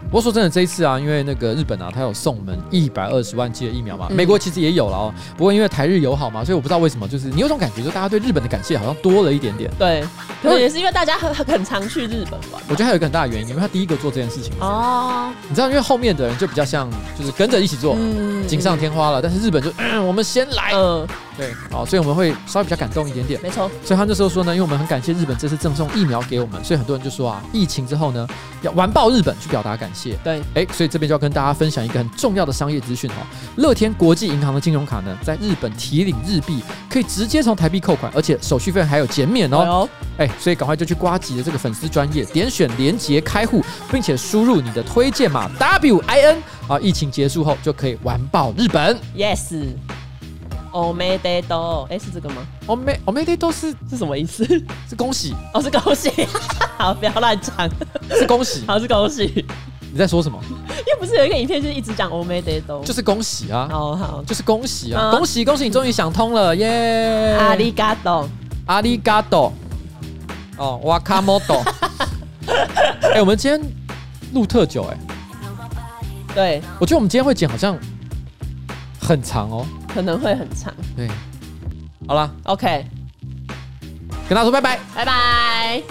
[SPEAKER 1] 不过说真的，这一次啊，因为那个日本啊，它有送我们一百二十万剂的疫苗嘛，美国其实也有了哦。不过因为台日友好嘛，所以我不知道为什么，就是你有种感觉，就大家对日本的感谢好像多了一点点。
[SPEAKER 2] 对，可能也是因为大家很很常去日本玩
[SPEAKER 1] 我觉得还有一个很大的原因，因为他第一个做这件事情，
[SPEAKER 2] 哦，
[SPEAKER 1] 你知道，因为后面的人就比较像，就是跟着一起做，
[SPEAKER 2] 嗯
[SPEAKER 1] 锦上添花了。但是日本就，嗯，我们先来，
[SPEAKER 2] 嗯，
[SPEAKER 1] 对，好，所以我们会稍微比较感动一点点。
[SPEAKER 2] 没错，
[SPEAKER 1] 所以他那时候说呢，因为我们很感谢日本这次赠送疫苗给我们，所以很多人就说啊，疫情之后呢，要完爆日本去表达感谢。
[SPEAKER 2] 对，
[SPEAKER 1] 哎，所以这边就要跟大家分享一个很重要的商业资讯哦。乐天国际银行的金融卡呢，在日本提领日币可以直接从台币扣款，而且手续费还有减免哦。
[SPEAKER 2] 哦，
[SPEAKER 1] 哎，所以赶快就去瓜吉的这个粉丝专业，点选连结开户，并且输入你的推荐码 W I N 啊，疫情结束后就可以完爆日本。
[SPEAKER 2] 哦 Yes，おめでとう。哎、是这个吗？
[SPEAKER 1] 我哦没我没的都是
[SPEAKER 2] 是什么意思？
[SPEAKER 1] 是恭喜
[SPEAKER 2] 哦，是恭喜。 好，不要乱讲。
[SPEAKER 1] 是恭喜，
[SPEAKER 2] 好，是恭喜。因
[SPEAKER 1] 你在说什么？
[SPEAKER 2] 为不是有一个影片就是一直讲おめでとう。
[SPEAKER 1] 就是是恭喜啊。
[SPEAKER 2] 哦，好。
[SPEAKER 1] 就是恭喜啊！
[SPEAKER 2] 嗯
[SPEAKER 1] 恭喜恭喜，你终于想通了耶！
[SPEAKER 2] 阿里嘎多，
[SPEAKER 1] 阿里嘎多，哦，瓦卡莫 多。哎，我们今天录特久哎、
[SPEAKER 2] 对，
[SPEAKER 1] 我觉得我们今天会剪好像很长哦。
[SPEAKER 2] 可能会很长。
[SPEAKER 1] 对，好啦，
[SPEAKER 2] OK，
[SPEAKER 1] 跟大家说拜拜。
[SPEAKER 2] 拜拜。